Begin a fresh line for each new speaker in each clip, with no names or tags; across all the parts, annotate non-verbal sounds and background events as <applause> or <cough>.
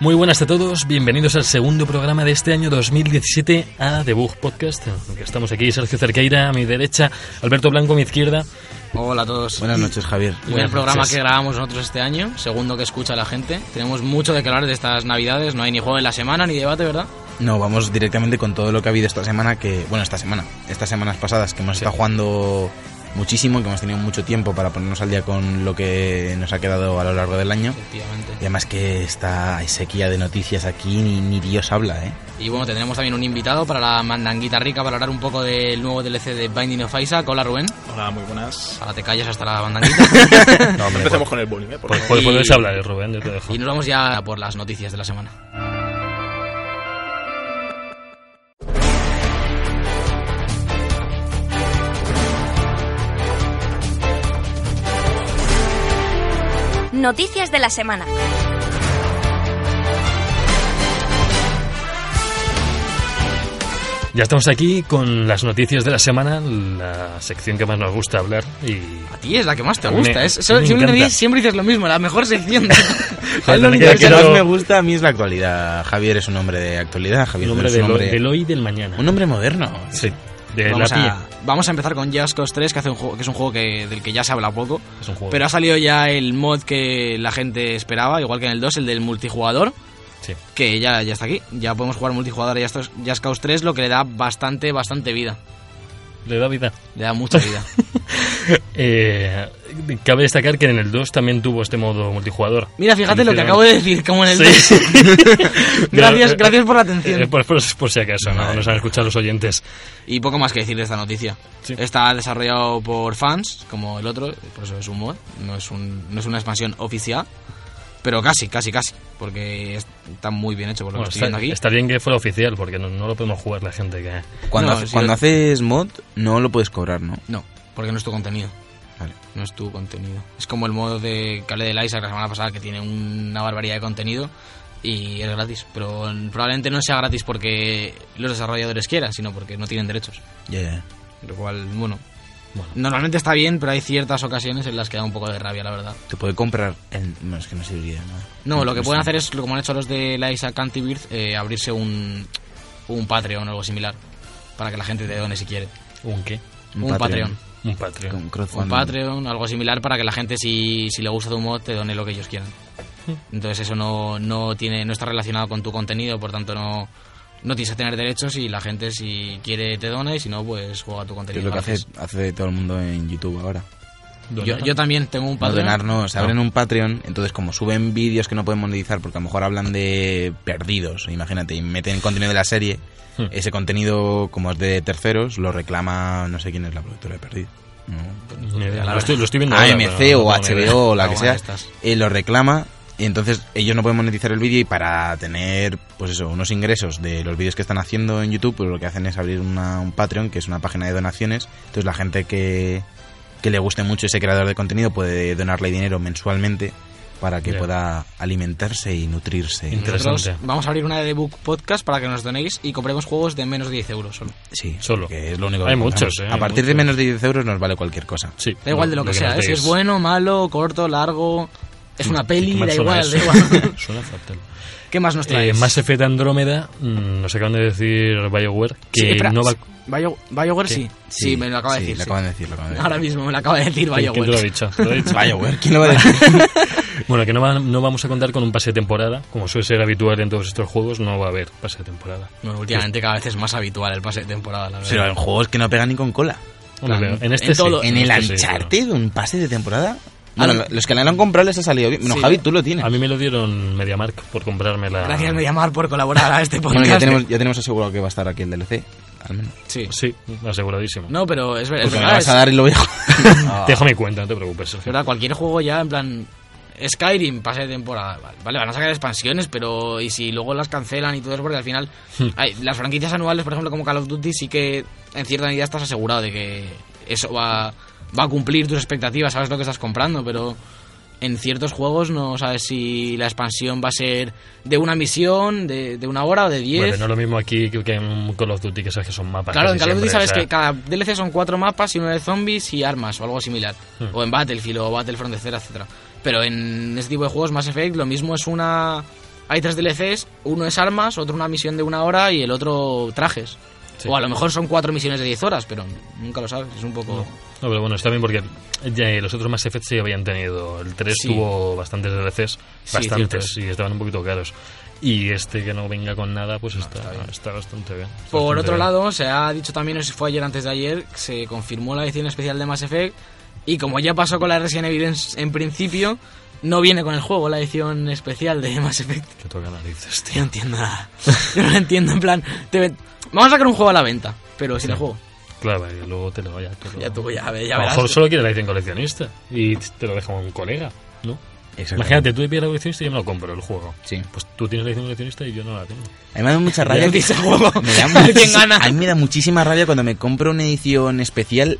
Muy buenas a todos, bienvenidos al segundo programa de este año 2017 a The Bug Podcast. Que Estamos aquí Sergio Cerqueira a mi derecha, Alberto Blanco a mi izquierda.
Hola a todos.
Buenas noches, Javier.
Primer
Buenas
programa
noches.
que grabamos nosotros este año, segundo que escucha la gente. Tenemos mucho de que hablar de estas navidades, no hay ni juego en la semana ni debate, ¿verdad?
No, vamos directamente con todo lo que ha habido esta semana, que bueno, esta semana, estas semanas pasadas, que hemos estado jugando muchísimo, que hemos tenido mucho tiempo para ponernos al día con lo que nos ha quedado a lo largo del año.
Efectivamente.
Y además que está hay sequía de noticias aquí, ni, ni Dios habla, ¿eh?
Y bueno, tendremos también un invitado para la mandanguita rica para hablar un poco del nuevo DLC de Binding of Isaac. Hola Rubén.
Hola, muy buenas.
Ahora te callas hasta la mandanguita.
<laughs>
No, hombre,
Empecemos con el bullying, ¿eh? Por
Pues
favor.
puedes ponerse a hablar, eh, Rubén, yo te dejo.
y nos vamos ya por las noticias de la semana.
Noticias de la semana.
Ya estamos aquí con las noticias de la semana, la sección que más nos gusta hablar. Y
A ti es la que más te
A mí
gusta.
me-
es-
me
siempre,
encanta.
dices, siempre dices lo mismo, la
<laughs>
mejor sección. Es lo
me queda
único que
Lo que
Quiero-
más me gusta a mí es la actualidad. Javier es un hombre de actualidad, Javier
el hombre
es
del,
un hombre,
del hoy y del mañana.
un hombre moderno.
Sí, de la
Vamos
pía.
a, vamos a empezar con Just Cause 3, que, hace un juego, que es un juego que, del que ya se habla poco.
Es un juego.
Pero ha salido ya el mod que la gente esperaba, igual que en el 2, el del multijugador,
Sí.
que ya, ya está aquí. Ya podemos jugar multijugador ya estos Just Cause 3, lo que le da bastante, bastante vida.
Le da vida.
Le da
<laughs>
mucha vida.
Eh, cabe destacar que en el 2 también tuvo este modo multijugador.
Mira, fíjate lo que acabo de decir, como en el 2.
<laughs> Sí. <laughs>
Gracias,
Yo-
gracias por la atención.
Eh, por, por- por si acaso, ¿no? Nos han escuchado los oyentes.
Y poco más que decir de esta noticia.
Sí.
Está desarrollado por fans, como el otro, por eso es un mod, no es, un, no es una expansión oficial, pero casi, casi, casi, porque es- está muy bien hecho por lo
Bueno,
que estoy
está,
viendo aquí.
está bien que fuera oficial, porque no, no lo podemos jugar la gente que...
Cuando,
No,
hace-
si
cuando
lo-
haces mod, no lo puedes cobrar, ¿no?
No, porque no es tu contenido.
Vale.
No es tu contenido. Es como el modo de que hablé del Isaac la semana pasada, que tiene una barbaridad de contenido y es gratis. Pero probablemente no sea gratis porque los desarrolladores quieran, sino porque no tienen derechos.
Ya, ya.
Lo cual, bueno.
Bueno.
Normalmente está bien, pero hay ciertas ocasiones en las que da un poco de rabia, la verdad.
Te puede comprar el... No, es que no serviría de nada.
No, lo que
no
pueden
sé.
hacer es, lo como han hecho los de la Isaac Antibirth, eh, abrirse un, un Patreon o algo similar para que la gente te done si quiere.
¿Un qué?
Un,
Un
Patreon.
Patreon.
Un Patreon.
Con crowdfunding.
un Patreon, algo similar para que la gente si, si le gusta tu mod te done lo que ellos quieran. Entonces eso no, no tiene no está relacionado con tu contenido, por tanto no no tienes que tener derechos y la gente si quiere te dona y si no pues juega tu
Que
contenido.
es lo que hace,
gratis.
hace todo el mundo en YouTube ahora.
yo, yo también tengo un
No
Patreon.
donar, no, se abren un Patreon, entonces como suben vídeos que no pueden monetizar porque a lo mejor hablan de perdidos, imagínate, y meten contenido de la serie,
Hmm.
ese contenido como es de terceros, lo reclama no sé quién es la productora de perdidos. ¿no?
Ni idea. Lo estoy, lo estoy viendo ahora,
AMC
pero no
o
tengo ni idea.
HBO o la que
Alguna
sea,
de estas.
eh, lo reclama y entonces ellos no pueden monetizar el vídeo y para tener pues eso unos ingresos de los vídeos que están haciendo en YouTube pues lo que hacen es abrir una- un Patreon que es una página de donaciones entonces la gente que, que le guste mucho ese creador de contenido puede donarle dinero mensualmente para que
Ya.
pueda alimentarse y nutrirse
Int-
Nosotros
Interesante.
vamos a abrir una de Book Podcast para que nos donéis y compremos juegos de menos de 10 euros solo.
sí
Solo.
que es lo único que
Hay
encontramos.
muchos, eh,
a
hay
partir de
muchos.
menos de 10 euros nos vale cualquier cosa
Sí.
Da igual de lo, que, sea,
nos
¿eh? si
deis.
es bueno, malo, corto, largo, es una peli,
Mal
da
suena
igual,
eso.
da igual.
<laughs>
<laughs>
Suena fatal.
¿Qué más nos
Eh,
traes?
Mass Effect Andrómeda, mm, nos acaban de decir BioWare
Sí,
que
espera,
no va...
Bio- BioWare sí. sí. me lo acaba de
sí,
decir.
lo
sí.
acaban de decir lo acaban
<laughs>
de
Ahora mismo me lo acaba de decir
¿Quién quién te lo ha
<laughs> BioWare.
dicho? ¿Te lo ha dicho?
decir. BioWare, ¿quién lo va a
<laughs>
decir?
Bueno, que no, va- no vamos a contar con un pase de temporada, como suele ser habitual en todos estos juegos, no va a haber pase de temporada.
Bueno, últimamente cada vez es más habitual el pase de temporada, la verdad.
pero en juegos que no pegan ni con cola
Hombre,
Claro,
pero en este
en
sí,
todo-
En el
este sí,
Uncharted, un pase de temporada. Bueno,
Ah,
lo- los que le han comprado les ha salido bien. Bueno,
Sí.
Javi, tú lo tienes.
pero A mí me lo dieron MediaMark por comprarme la...
Gracias, Mediamar, por colaborar a este podcast.
Bueno, ya tenemos, ya tenemos asegurado que va a estar aquí el DLC, al menos.
Sí.
Sí, aseguradísimo.
No, pero es, ver- es
Porque me
verdad.
vas
Es,
Ah,
<laughs> a dar y lo voy a jugar.
Te dejo mi cuenta, no te preocupes.
es
Sergio.
verdad, cualquier juego ya, en plan. Skyrim, pase de temporada. Vale, vale, van a sacar expansiones, pero ¿y si luego las cancelan y todo eso? Porque al final, hay- las franquicias anuales, por ejemplo, como Call of Duty, sí que en cierta medida estás asegurado de que eso va, va a cumplir tus expectativas, sabes lo que estás comprando, pero en ciertos juegos no sabes si la expansión va a ser de una misión, de, de una hora o de diez.
Bueno, no es lo mismo aquí que, que en Call of Duty, que sabes que son mapas.
Claro,
casi
en Call of Duty
siempre,
sabes
o sea,
que cada DLC son cuatro mapas y uno de zombies y armas o algo similar.
Hmm.
O en Battlefield o Battlefront, etcétera, etcétera. Pero en este tipo de juegos, Mass Effect, lo mismo es una... Hay tres DLCs, uno es armas, otro una misión de una hora y el otro trajes.
Sí.
O a lo mejor son cuatro misiones de diez horas, pero nunca lo sabes, es un poco...
No, pero bueno, está bien porque ya eh, los otros Mass Effect sí habían tenido. El 3
Sí.
tuvo bastantes DLCs,
Sí,
bastantes,
cierto
y estaban un poquito caros. Y este que no venga con nada, pues está, está bastante bien. está
Por
bastante
otro
bien.
lado, se ha dicho también, no sé si fue ayer antes de ayer, que se confirmó la edición especial de Mass Effect y como ya pasó con la Resident Evil en, en principio, no viene con el juego la edición especial de Mass Effect.
Que toca narices,
Yo
tío.
no entiendo nada. <laughs> Yo no entiendo, en plan... te ven- Vamos a sacar un juego a la venta, pero sin el juego.
Claro, y luego te lo ya. te lo-
Ya tú, ya, ve-
a
ya
lo
verás.
mejor solo quiere la edición coleccionista y te lo deja un colega, ¿no? Imagínate, tú pides la coleccionista y yo me lo compro, el juego.
Sí.
Pues tú tienes la edición coleccionista y yo no la
<laughs>
tengo.
A mí me da mucha
Ya
rabia. que-
dice el juego.
<laughs>
<laughs>
me da
A ver quién
muchísima-
gana.
A mí me da muchísima rabia cuando me compro una edición especial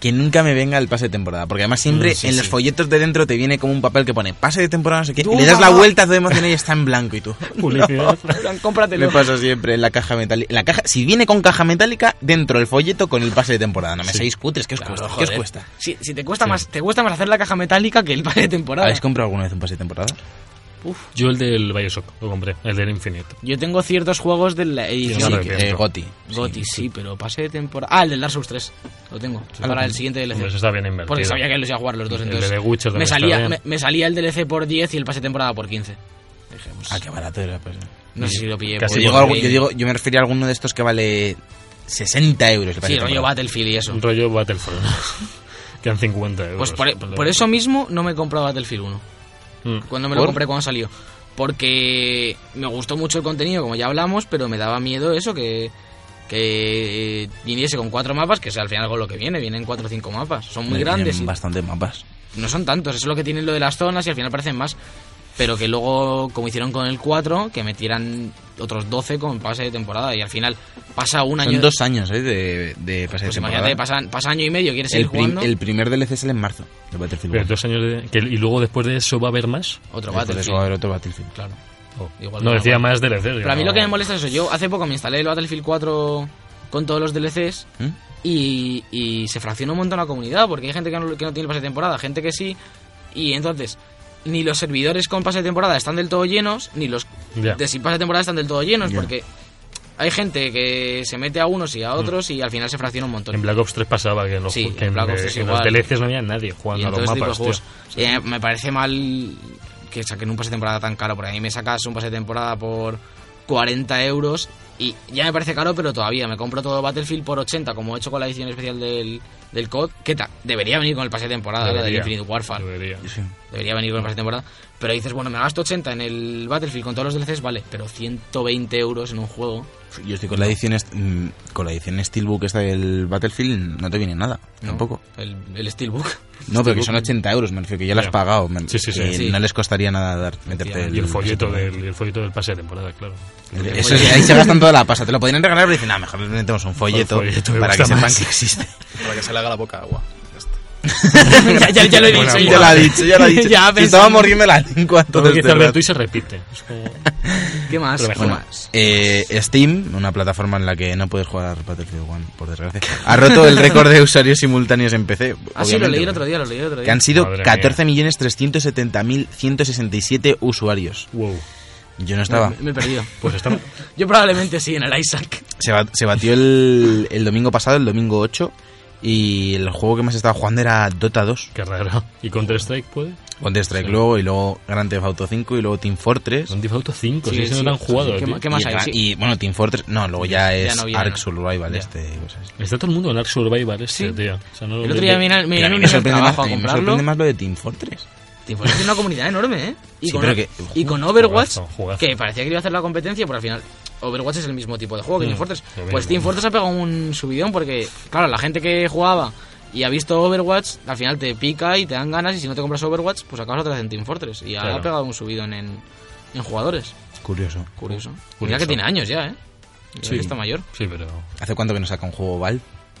que nunca me venga el pase de temporada. Porque además siempre
Mm, sí,
en
sí.
los folletos de dentro te viene como un papel que pone pase de temporada, no sé qué. Y le
¡Duda!
das la vuelta, todo emocionado y está en blanco y tú.
Publicidad.
Fran, cómpratelo.
Me pasa siempre en la caja metálica. La caja, si viene con caja metálica, dentro el folleto con el pase de temporada. No me
Sí.
seáis cutres, ¿qué os cuesta?
Claro,
¿Qué os
joder.
cuesta?
Si, si te cuesta más te cuesta más hacer la caja metálica que el pase de temporada.
¿Habéis comprado alguna vez un pase de temporada?
Yo el del Bioshock lo compré, el del Infinite.
Yo tengo ciertos juegos de la
Sí,
edición
no, pero-
eh, Goti.
Goti, sí, pero pasé de temporada. Ah, el del Dark Souls 3. Lo tengo. para el siguiente DLC.
Hombre, eso está bien invertido.
porque sabía que los iba a jugar los dos.
El
Entonces
de The Witcher
me,
también
salía,
está
me,
bien.
me salía el DLC por 10 y el pase de temporada por 15. Dije, pues,
Ah, qué barato era. Pues.
no sé si lo pillé.
Casi
Yo
por
digo
por
algo-
20.
yo, digo, yo me refería a alguno de estos que vale 60 euros. el pase
Sí,
de
rollo
temporada.
Battlefield y eso.
Un rollo Battlefront. <laughs> Quedan 50 euros.
Pues por, por eso mismo no me he comprado Battlefield 1.
Mm.
Cuando me lo
¿Por?
compré, cuando salió. Porque me gustó mucho el contenido, como ya hablamos, pero me daba miedo eso que, que viniese con cuatro mapas, que es al final con lo que viene. Vienen cuatro o cinco mapas. Son muy
Tienen
grandes. y-
Bastantes mapas.
No son tantos, eso es lo que tienen lo de las zonas y al final parecen más. Pero que luego, como hicieron con el 4, que metieran otros 12 con pase de temporada y al final pasa un año.
Son dos años ¿eh? de, de pase
pues
de temporada.
imagínate, pasa, pasa año y medio, quieres seguir
el, prim-
jugando.
el primer DLC sale en marzo de Battlefield.
Pero
uno.
dos años de- que- y luego después de eso va a haber más.
Otro
Después de eso
Battlefield.
va a haber otro Battlefield.
Claro.
Oh,
Igual
no
no,
decía
bueno.
más DLCs.
Pero a mí lo que me molesta es eso. Yo hace poco me instalé el Battlefield 4 con todos los DLCs
¿Mm?
y, y se fracciona un montón la comunidad porque hay gente que no, que no tiene el pase de temporada, gente que sí. Y entonces, ni los servidores con pase de temporada están del todo llenos, ni los
Ya.
de sin pase de temporada están del todo llenos
Ya.
porque hay gente que se mete a unos y a otros y al final se fracciona un montón.
En Black Ops 3 pasaba que en los,
Sí,
ju- que
en
en,
Black
eh,
Ops es
en los
igual.
DLCs no había nadie
y
jugando a los
entonces tipo de
mapas.
juegos.
tío.
Eh, me parece mal que saquen un pase de temporada tan caro, porque a mí me sacas un pase de temporada por 40 euros y ya me parece caro, pero todavía me compro todo Battlefield por 80, como he hecho con la edición especial del, del COD, que ta- debería venir con el pase de temporada, la del
Debería,
Infinite Warfare.
debería.
Sí.
Debería venir con el pase de temporada. Pero dices, bueno, me gasto 80 en el Battlefield con todos los DLCs, vale, pero 120 euros en un juego.
Yo estoy con la edición est- mm, con la edición Steelbook esta del Battlefield no te viene nada,
¿no?
tampoco.
El, el Steelbook. <laughs>
No, pero que son 80 euros, me refiero que ya lo has
Ya.
pagado. me-
Sí, sí, sí.
que
Sí.
No les costaría nada dar, meterte el,
Y el folleto, del, y el folleto del pase de temporada, claro.
el- eso sí, ahí se gastan toda la pasta. Te lo podrían regalar, pero dicen, no, mejor le metemos un folleto,
folleto, me
para que
gusta
sepan
más".
que existe.
Para que se le haga la boca agua. Ya está.
ya, ya- ya lo he
Bueno,
dicho.
bueno. Ya lo
<laughs>
ha
dicho, ya
la ha dicho. Ya,
Estaba
pensando.
mordiéndola en cuanto
Todo lo que dice
desde
Alberto y se repite. Es <laughs> como-
¿Qué más?
Pero mejor.
Bueno, eh, Steam, una plataforma en la que no puedes jugar Battlefield 1, por desgracia, ha roto el récord de usuarios simultáneos en
Ah,
PC.
sí, lo
obviamente,
leí el otro día, lo leí el otro
Que
día.
han sido
Madre mía.
14.370.167 usuarios.
wow.
Yo no estaba.
Me, me he perdido.
Pues está...
Yo probablemente sí, en el Isaac.
Se, ba- se batió el, el domingo pasado, el domingo 8, y el juego que más estaba jugando era Dota 2,
Qué raro. ¿Y Counter-Strike puede?
Counter Strike luego, y luego Grand Theft Auto 5, y luego Team Fortress.
Son Theft Auto 5,
Sí,
sí, sí,
sí,
no lo han
sí,
jugado.
sí, qué
tío.
ma- ¿Qué más
y,
hay?
Gran-
Sí.
y, bueno, Team Fortress, no, luego ya
Ya
es
no viene,
Ark
¿no?
Survival
Ya.
este, cosas así.
Está todo el mundo en Ark Survival este,
Sí.
tío. O sea, no lo
El otro
veo.
día mira,
Pero
mira,
a mí
mi
me sorprende, más,
trabajo a
a mí me
comprarlo.
sorprende más lo de Team Fortress.
Tipo, es una comunidad enorme, ¿eh? Y,
Sí,
con,
pero que-
y con Overwatch,
Jugazo, jugazo.
que parecía que iba a hacer la competencia, pero al final Overwatch es el mismo tipo de juego que
Mm,
Team Fortress.
lo
Pues
mismo.
Team Fortress ha pegado un subidón porque, claro, la gente que jugaba y ha visto Overwatch, al final te pica y te dan ganas, y si no te compras Overwatch, pues acabas otra vez en Team Fortress. Y ahora
Claro.
ha pegado un subidón en, en jugadores.
Curioso.
Curioso. Mira
Curioso.
que tiene años ya, ¿eh? Mira que está mayor.
Sí, pero.
¿Hace cuánto que no saca un juego Val?
Pues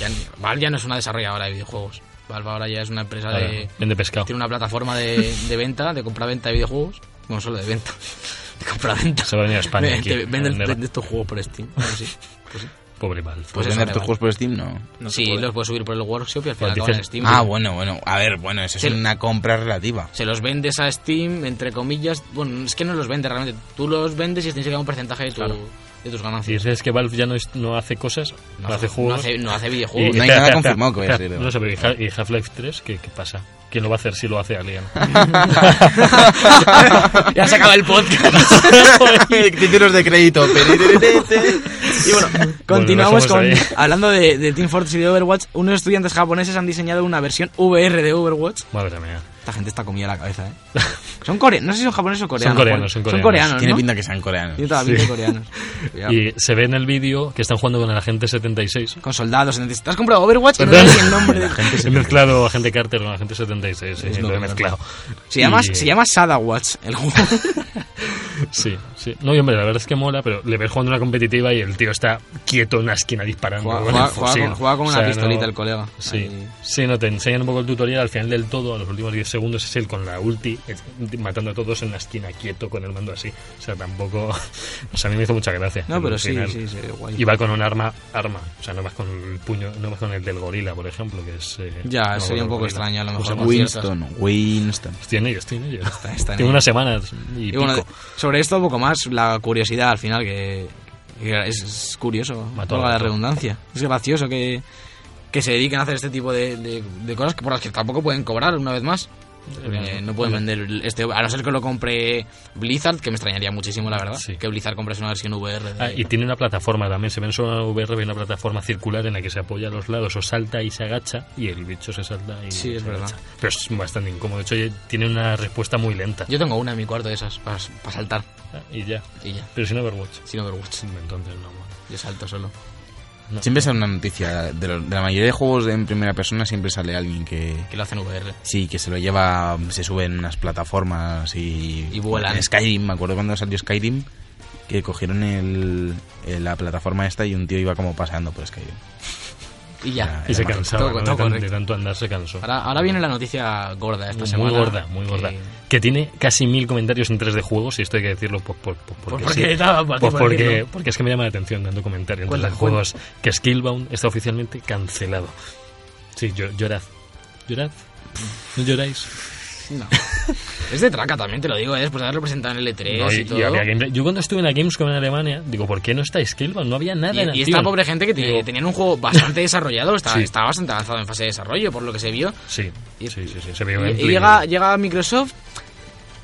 Ya, Valve ya no es una desarrolladora de videojuegos. Valve ahora ya es una empresa
claro,
de...
vende pescado.
Tiene una plataforma de, de venta, de compra-venta de videojuegos. Bueno, solo de venta. <laughs> De compra-venta.
Se va a venir a España
Ve-
aquí,
te venden-
a vender.
venden estos juegos por Steam. Bueno, sí. Pues sí.
Pobre mal.
Pues
Pues
eso,
vender
me
tus
vale.
juegos por Steam, no.
No se
sí,
puede.
los puedes subir por el workshop y al
Pues
final acaban en
dices-
Steam.
Ah, bueno, bueno. A ver, bueno, eso es
Sí.
una compra relativa.
Se los vendes a Steam, entre comillas. Bueno, es que no los vendes realmente. Tú los vendes y tienes que dar un porcentaje de, tu- de tus
Si
ganancias.
dices que Valve ya no, es- no hace cosas, no, hace juegos.
No hace, no hace
Y- <laughs>
videojuegos.
No hay
espera,
nada
espera,
confirmado que vaya a
espera,
salir.
No sé, pero ¿y Ha- ¿y Half-Life 3 ¿qué, qué pasa? ¿Quién lo va a hacer si lo hace
<laughs>
alguien?
ya se acaba el <laughs> podcast. <laughs>
Títulos de <laughs> crédito.
Y bueno, continuamos
Bueno, dejamos
con. <laughs> Hablando de, de Team Fortress y de Overwatch, unos estudiantes japoneses han diseñado una versión VR de Overwatch.
Madre mía.
Esta gente está comida a la cabeza, ¿eh? <laughs> Son coreanos, no sé si son japoneses o coreanos.
coreanos, son
Son
coreanos.
coreanos,
Tiene
¿no?
pinta que sean coreanos.
Tiene toda la pinta de coreanos.
<laughs>
Ya.
Y se ve en el vídeo que están jugando con el agente 76.
Con soldados, entonces. ¿Te has comprado Overwatch? Y no
Perdón.
sabes
<laughs>
el nombre de...
He mezclado agente Carter con agente 76. Sí,
Es
lo he
normal.
mezclado.
Se llama,
Y-
se llama Sada Watch el juego.
<laughs> Sí, sí. No, y hombre, la verdad es que mola, pero le ves jugando una competitiva y el tío está quieto en una esquina disparando.
Juega-
con el
juega- juega
fusil.
con- juega con
O
una
sea,
pistolita
no-
el colega.
Sí,
Ahí.
sí, no, te enseñan un poco el tutorial al final del todo, a los últimos 10 segundos es él con la ulti, eh, matando a todos en la esquina quieto con el mando así. O sea, tampoco... <laughs> O sea, a mí me hizo mucha gracia.
No, pero
Al
sí,
final.
sí, sí, guay.
Y va con un arma, arma. O sea, no vas con el puño, no vas con el del gorila, por ejemplo, que es... eh,
Ya,
no,
sería un poco
gorila.
extraño a lo
O
mejor.
sea,
por ciertas.
Winston, Winston.
Estoy en ello, estoy en ello.
está en
Tengo
ello.
unas semanas y,
Y
pico.
bueno, sobre esto un poco más, la curiosidad al final, que, que es, es curioso,
Mató
valga
a
la
otro.
redundancia. Es gracioso que, que se dediquen a hacer este tipo de, de- de cosas que- por las que tampoco pueden cobrar, una vez más. Eh, no pueden vender este a no ser que lo compre Blizzard que me extrañaría muchísimo la verdad
Sí.
que Blizzard compres una versión VR de-
Ah, y tiene una plataforma también, se ven solo en la VR, ve una plataforma circular en la que se apoya a los lados o salta y se agacha y el bicho se salta y
Sí, es
se
verdad.
agacha. Pero es bastante incómodo, de hecho oye, tiene una respuesta muy lenta
yo tengo una en mi cuarto de esas para, para saltar
Ah, y ya.
y ya
Pero sin Overwatch.
sin Overwatch
Entonces no, bueno.
yo salto solo
No.
Siempre sale una noticia. De, lo- de la mayoría de juegos en primera persona siempre sale alguien que.
que lo hacen VR
Sí, que se lo lleva, se sube en unas plataformas y.
Y vuelan.
En Skyrim, me acuerdo cuando salió Skyrim, que cogieron el, el- la plataforma esta y un tío iba como paseando por Skyrim.
y ya
Y se
Era
cansaba,
todo-
¿no? de,
todo
tan-
correcto.
de tanto andar se cansó.
ahora, ahora viene la noticia gorda esta
muy
semana
gorda, muy
que-
gorda. Que tiene casi mil comentarios en 3 de juegos, y esto hay que decirlo por, por, por- porque,
porque
sí.
estaba por aquí
Pues
por
porque,
decirlo.
porque es que me llama la atención tanto comentario entre
Cuenta,
los juegos que Skillbound está oficialmente cancelado. Sí, llor- llorad. ¿Llorad? ¿No lloráis?
No. <laughs> es de traca también, te lo digo, ¿eh? después de haberlo presentado en el E3
No,
y,
y-
Eh, todo.
y había gameplay. Yo cuando estuve en la Gamescom en Alemania, digo, ¿por qué no está Skillbound? No había nada en
Y, y esta
acción.
pobre gente que te-
Digo,
tenían un
<laughs>
juego bastante desarrollado, está-
Sí.
estaba bastante avanzado en fase de desarrollo, por lo que se vio.
Sí,
y-
sí, sí, sí, se
Y,
vio
y
gameplay.
llega, llega Microsoft,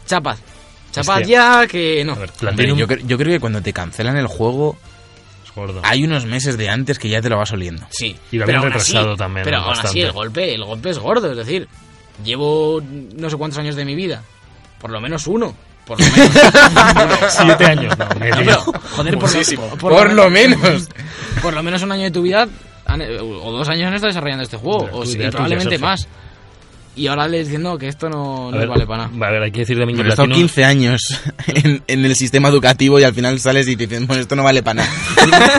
chapad. Chapad
Hostia.
ya, que no.
A ver,
Hombre,
Platinum
yo, cre- yo creo que cuando te cancelan el juego,
es gordo.
hay unos meses de antes que ya te lo vas oliendo.
Sí,
Y lo habían
pero aún
retrasado
así,
también,
Pero aún así,
bastante.
el golpe, el golpe es gordo, es decir, llevo no sé cuántos años de mi vida, por lo menos uno. Por lo
<laughs>
menos. <laughs>
Siete años. No, me he
No, pero,
liado.
joder, por, lo-
Muchísimo.
por lo menos. <laughs>
menos.
por lo menos un año de tu vida han- o dos años han estado desarrollando este juego,
Pero
o
tú,
sí,
ya tú, ya
probablemente
Sergio.
más. Y ahora le diciendo que esto no,
A
no
ver, mm,
vale para nada.
A ver, hay que decir también que
Pero he estado
Platinum...
15 años <laughs> en, en el sistema educativo y al final sales y te dicen, bueno, esto no vale para nada.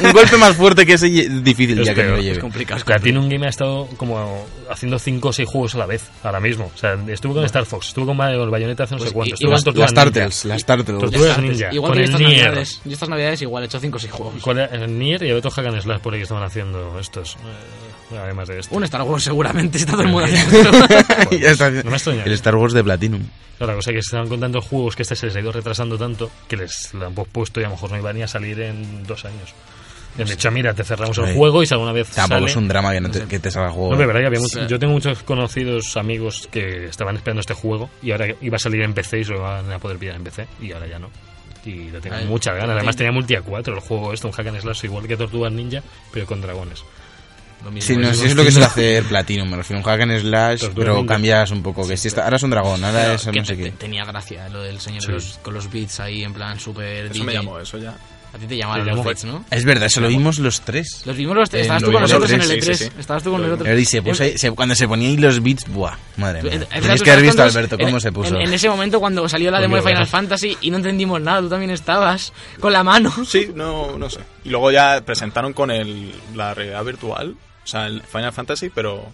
Un golpe más fuerte que ese y- es difícil
Es
ya que no
peor,
lo
es
lleve.
complicado. es complicado.
Platinum Game ha estado como haciendo 5 o 6 juegos a la vez, ahora mismo. O sea, estuvo con Star Fox, estuvo con Mario Bayonetta hace no
Pues
sé cuánto,
y-
estuvo
y
con
Las,
Tortuga
las
Ninja.
Turtles, las Turtles.
Tortugas
Estas-
Ninja,
Igual
con
que
el
estas
Nier.
navidades, yo estas navidades igual he hecho 5 o 6 juegos.
¿Cuál era? El Nier y el otro Hack and Slash por ahí que estaban haciendo estos. eh, además de <laughs> este.
Un Star Wars seguramente está todo el mundo haciendo <laughs> esto.
<laughs> Ya está.
No me extraña.
el Star Wars de Platinum.
Otra cosa que estaban contando juegos que este se les ha ido retrasando tanto que les lo han pospuesto y a lo mejor no iban ni a salir en dos años. Y han dicho, mira, te cerramos el
Sí.
juego y si alguna vez
Tampoco
sale,
es un drama que, no te, que te salga el juego.
No, de verdad que había mucho-
Sí.
Yo tengo muchos conocidos amigos que estaban esperando este juego y ahora iba a salir en PC y se lo van a poder pillar en PC y ahora ya no. Y lo tengo
Ay,
muchas ganas.
te-
Además tenía multi a 4 el juego este, un hack and slash igual que Tortugas Ninja, pero con dragones.
Lo mismo,
Sí, no,
es-
sí es lo que <laughs> suele hacer Platinum, me refiero a un hack and slash,
Tortuga
pero
Ninja.
cambias un poco. Que si está- ahora es un dragón, ahora
pero
es
que
no sé
te-
qué.
Tenía gracia lo del señor
Sí.
de los- con los beats ahí en plan super
Eso
DJ.
me llamó, eso ya.
A ti te llamaron
Te
los
llamó.
Feds, ¿no?
Es verdad, eso lo vimos los tres.
Los vimos los tres.
Eh,
Estabas
lo
tú con
vimos
nosotros
los
en el
tres,
E3.
sí, sí, sí.
Estabas tú con
Lo
nosotros.
Pero dice, pues, ahí- se- cuando se ponía ahí los beats, buah, madre
Tú- es
mía.
verdad,
Tenéis
tú
que
estabas
haber visto
con
a
los-
Alberto
en-
cómo se puso.
En,
<laughs>
en ese momento cuando salió la demo de
Conmigo,
Final
¿verdad?
Fantasy y no entendimos nada, tú también estabas con la mano.
Sí, no, no sé. Y luego ya presentaron con el, la realidad virtual, o sea, el Final Fantasy, pero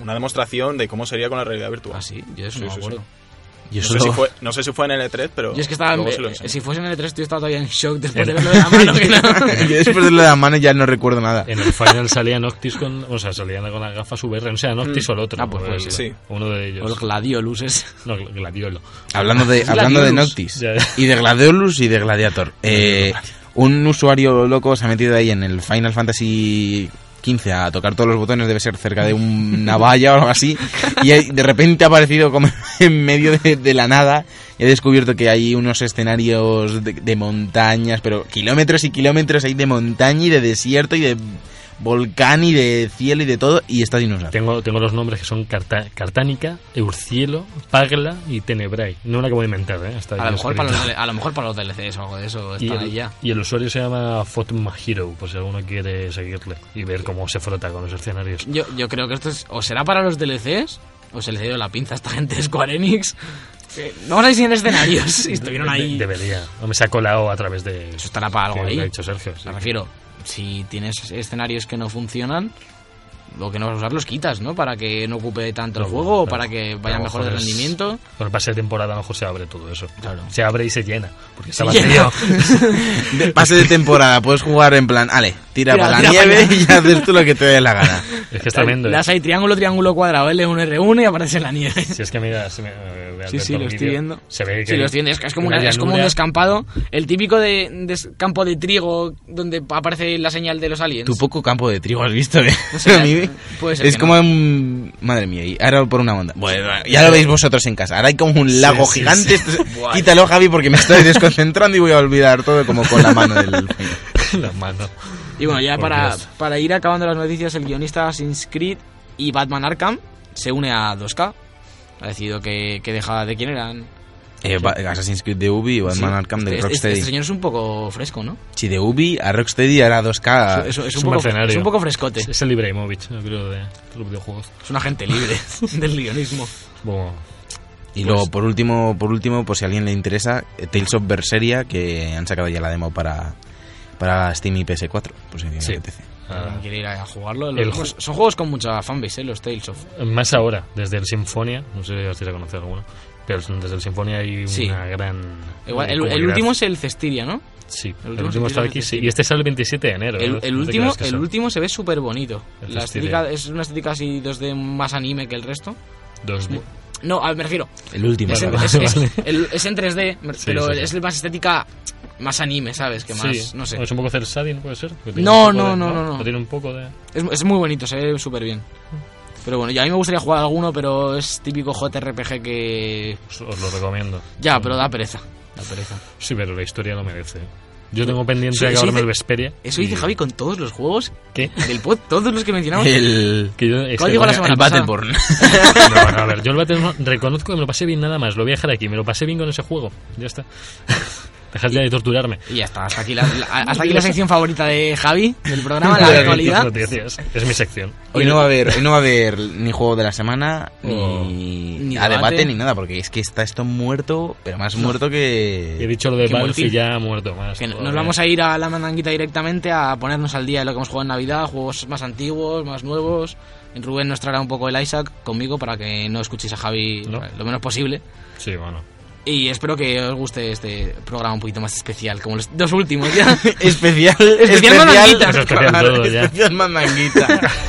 una demostración de cómo sería con la realidad virtual.
Ah, sí, yo eso
Sí,
no me
sí, sí.
acuerdo.
Yo
No,
solo-
sé si fue, no sé si fue en el E3, pero.
Yo es que estaba.
luego
eh,
se lo
eh,
enseñé.
si fuese en el E3, yo estaba todavía en shock después de verlo de la mano. que
<laughs>
no.
Yo después de lo de la mano ya no recuerdo nada.
En el final salía Noctis con. O sea, salían con las gafas VR. No sea Noctis o el otro.
Ah, pues
o
puede
el-
ser.
Sí.
Uno de
O el
ellos.
gladiolus es.
No, gl- Gladiolo.
Hablando de, hablando de
Gladiolus.
Noctis
Ya.
y de Gladiolus y de Gladiator. eh, un usuario loco se ha metido ahí en el Final Fantasy 15 a tocar todos los botones, debe ser cerca de un- una valla o algo así, y ahí de repente ha aparecido como <laughs> en medio de, de la nada. He descubierto que hay unos escenarios de, de montañas, pero kilómetros y kilómetros ahí de montaña y de desierto y de volcán y de cielo y de todo, y está dinosaurio.
Tengo, tengo los nombres que son Carta- Cartánica, Eurcielo, Pagla y Tenebrai. No me la acabo de inventar, ¿eh? Hasta
A lo,
ahí
mejor
escrito. <laughs>
para los, dele- a lo mejor para los DLCs o algo de eso.
y
Está Pues ahí
el,
ya.
y el usuario se llama Fotma Hero, por si alguno quiere seguirle y ver cómo se frota con los escenarios.
Yo, yo creo que esto es, o será para los DLCs o se les ha ido la pinza a esta gente de Square Enix. Que No van a ir sin escenarios. Y estuvieron
De-
ahí.
debería. O me sacó la O a través de.
Eso estará para algo
que
ahí.
lo ha dicho Sergio. sí.
Me refiero, si tienes escenarios que no funcionan, lo que no vas a usar los quitas, ¿no? Para que no ocupe tanto el
No,
juego, o
claro.
para que vaya
A lo
mejor el
mejor es-
rendimiento.
Con el pase de temporada a lo mejor se abre todo eso.
Claro.
Se abre y se llena. Porque estaba
llena. <laughs>
vacío.
De pase de temporada, puedes jugar en plan, ale, tira,
Tira-
para la
tira pa'
nieve
allá.
y haces tú lo que te dé
<laughs>
la gana.
es <laughs> que es tremendo. ¿eh?
Las hay triángulo, triángulo, cuadrado, L1, R1 y aparece en la nieve.
Si es que mira, se me, eh, ve
Sí,
Alberto
sí,
el
lo estoy
vídeo.
viendo.
Se ve que
<laughs> Sí,
hay
los tienes, es como, una-
una
es como un
llanura.
descampado, el típico de, de- campo de trigo donde aparece la señal de los aliens.
Tu poco campo de trigo has visto, ¿eh?
No sé,
<laughs> A mí-
puede ser
es
que
como
no. Eh,
un... Madre mía, y ahora por una onda. Bueno, ya lo veis vosotros en casa. Ahora hay como un lago
sí,
gigante.
sí.
Esto es- Quítalo, Javi, porque me
<laughs>
estoy desconcentrando y voy a olvidar todo como con la mano del...
<laughs> La mano.
Y bueno, ya
Por
para,
Oh, Dios.
para ir acabando las noticias, el guionista Assassin's Creed y Batman Arkham se une a 2K. Ha decidido que, que deja de quién eran.
Eh, Ba- Assassin's Creed de Ubi, Batman
Sí.
Arkham de
Este- este,
Rocksteady.
este señor es un poco fresco, ¿no?
Sí, de Ubi a Rocksteady, ahora 2K.
es
es, es un
un
poco,
mercenario.
es un poco frescote.
Es el Ibrahimovic, yo creo, de, de los videojuegos.
Es un
<laughs>
agente libre del guionismo.
Bueno,
Y
Pues-
luego, por último, por último, pues si a alguien le interesa, eh, Tales of Berseria, que han sacado ya la demo para, para Steam y PS4, por si a alguien le
Sí.
apetece.
ah,
Quiere ir a jugarlo. Los
El
juegos-
ju-
son juegos con mucha fanbase, ¿eh? los Tales of.
más ahora, desde el Sinfonia, no sé si vais a conocer alguno, pero desde el Sinfonia hay una
Sí.
gran.
Igual, el, el
comunidad.
último es el Cestiria, ¿no?
Sí, el
último
último,
es el
está
27
aquí,
de
sí.
septiembre.
Y este sale el 27 de enero.
El,
¿no? No
el
te
último,
creas que
el
son-
último se ve súper bonito.
El
La
Cestiria.
estética es una estética así 2D más anime que el resto.
Dos,
No, a ver, me refiero.
El último.
Es, en-
Vale,
es- es-
vale.
el- es en 3D, mer-
Sí,
pero
sí, sí.
es el más estética, más anime, ¿sabes? Que más,
sí,
no sé.
Es
Es,
un poco Celsadin, puede ser. Que tiene
No,
un poco
no,
de-
no, no, no.
Tiene un poco de.
es muy bonito, se ve súper bien. Pero bueno, ya a mí me gustaría jugar alguno, pero es típico JRPG que...
Os, os lo recomiendo.
Ya, pero da pereza. Da pereza.
Sí, pero la historia lo merece. Yo tengo pendiente
Sí,
de
eso
acabarme
dice-
el Vesperia.
Eso
y-
dice Javi con todos los juegos
¿Qué?
del pod, todos los que mencionamos.
<laughs> El,
Que yo, es que-
Código a la semana
el
pasada.
Battleborn.
No, bueno, a ver, yo el Battleborn reconozco que me lo pasé bien nada más. Lo voy a dejar aquí. Me lo pasé bien con ese juego. Ya está. <laughs> Dejad ya de torturarme.
Y ya está, hasta aquí la, la- hasta aquí la sección favorita de Javi
<laughs>
del
<laughs>
programa, la actualidad.
Noticias. Es mi sección.
Hoy no va a haber, hoy no va a haber ni juego de la semana, ni,
Ni
a debate,
debate.
ni nada, porque es que está esto muerto, pero más muerto
Y he
que.
dicho lo de
Que
Valve
multi-
y ya ha muerto más.
Que no- nos vamos a ir a la mandanguita directamente a ponernos al día de lo que hemos jugado en Navidad, juegos más antiguos, más nuevos. Rubén nos traerá un poco el Isaac conmigo para que no escuchéis a Javi
No.
lo menos posible.
Sí, bueno.
Y espero que os guste este programa un poquito más especial, como los dos últimos
<laughs>
ya. <laughs>
especial.
mandanguita.
Es especial
claro,
todo, ya.
especial mandanguita.
<laughs>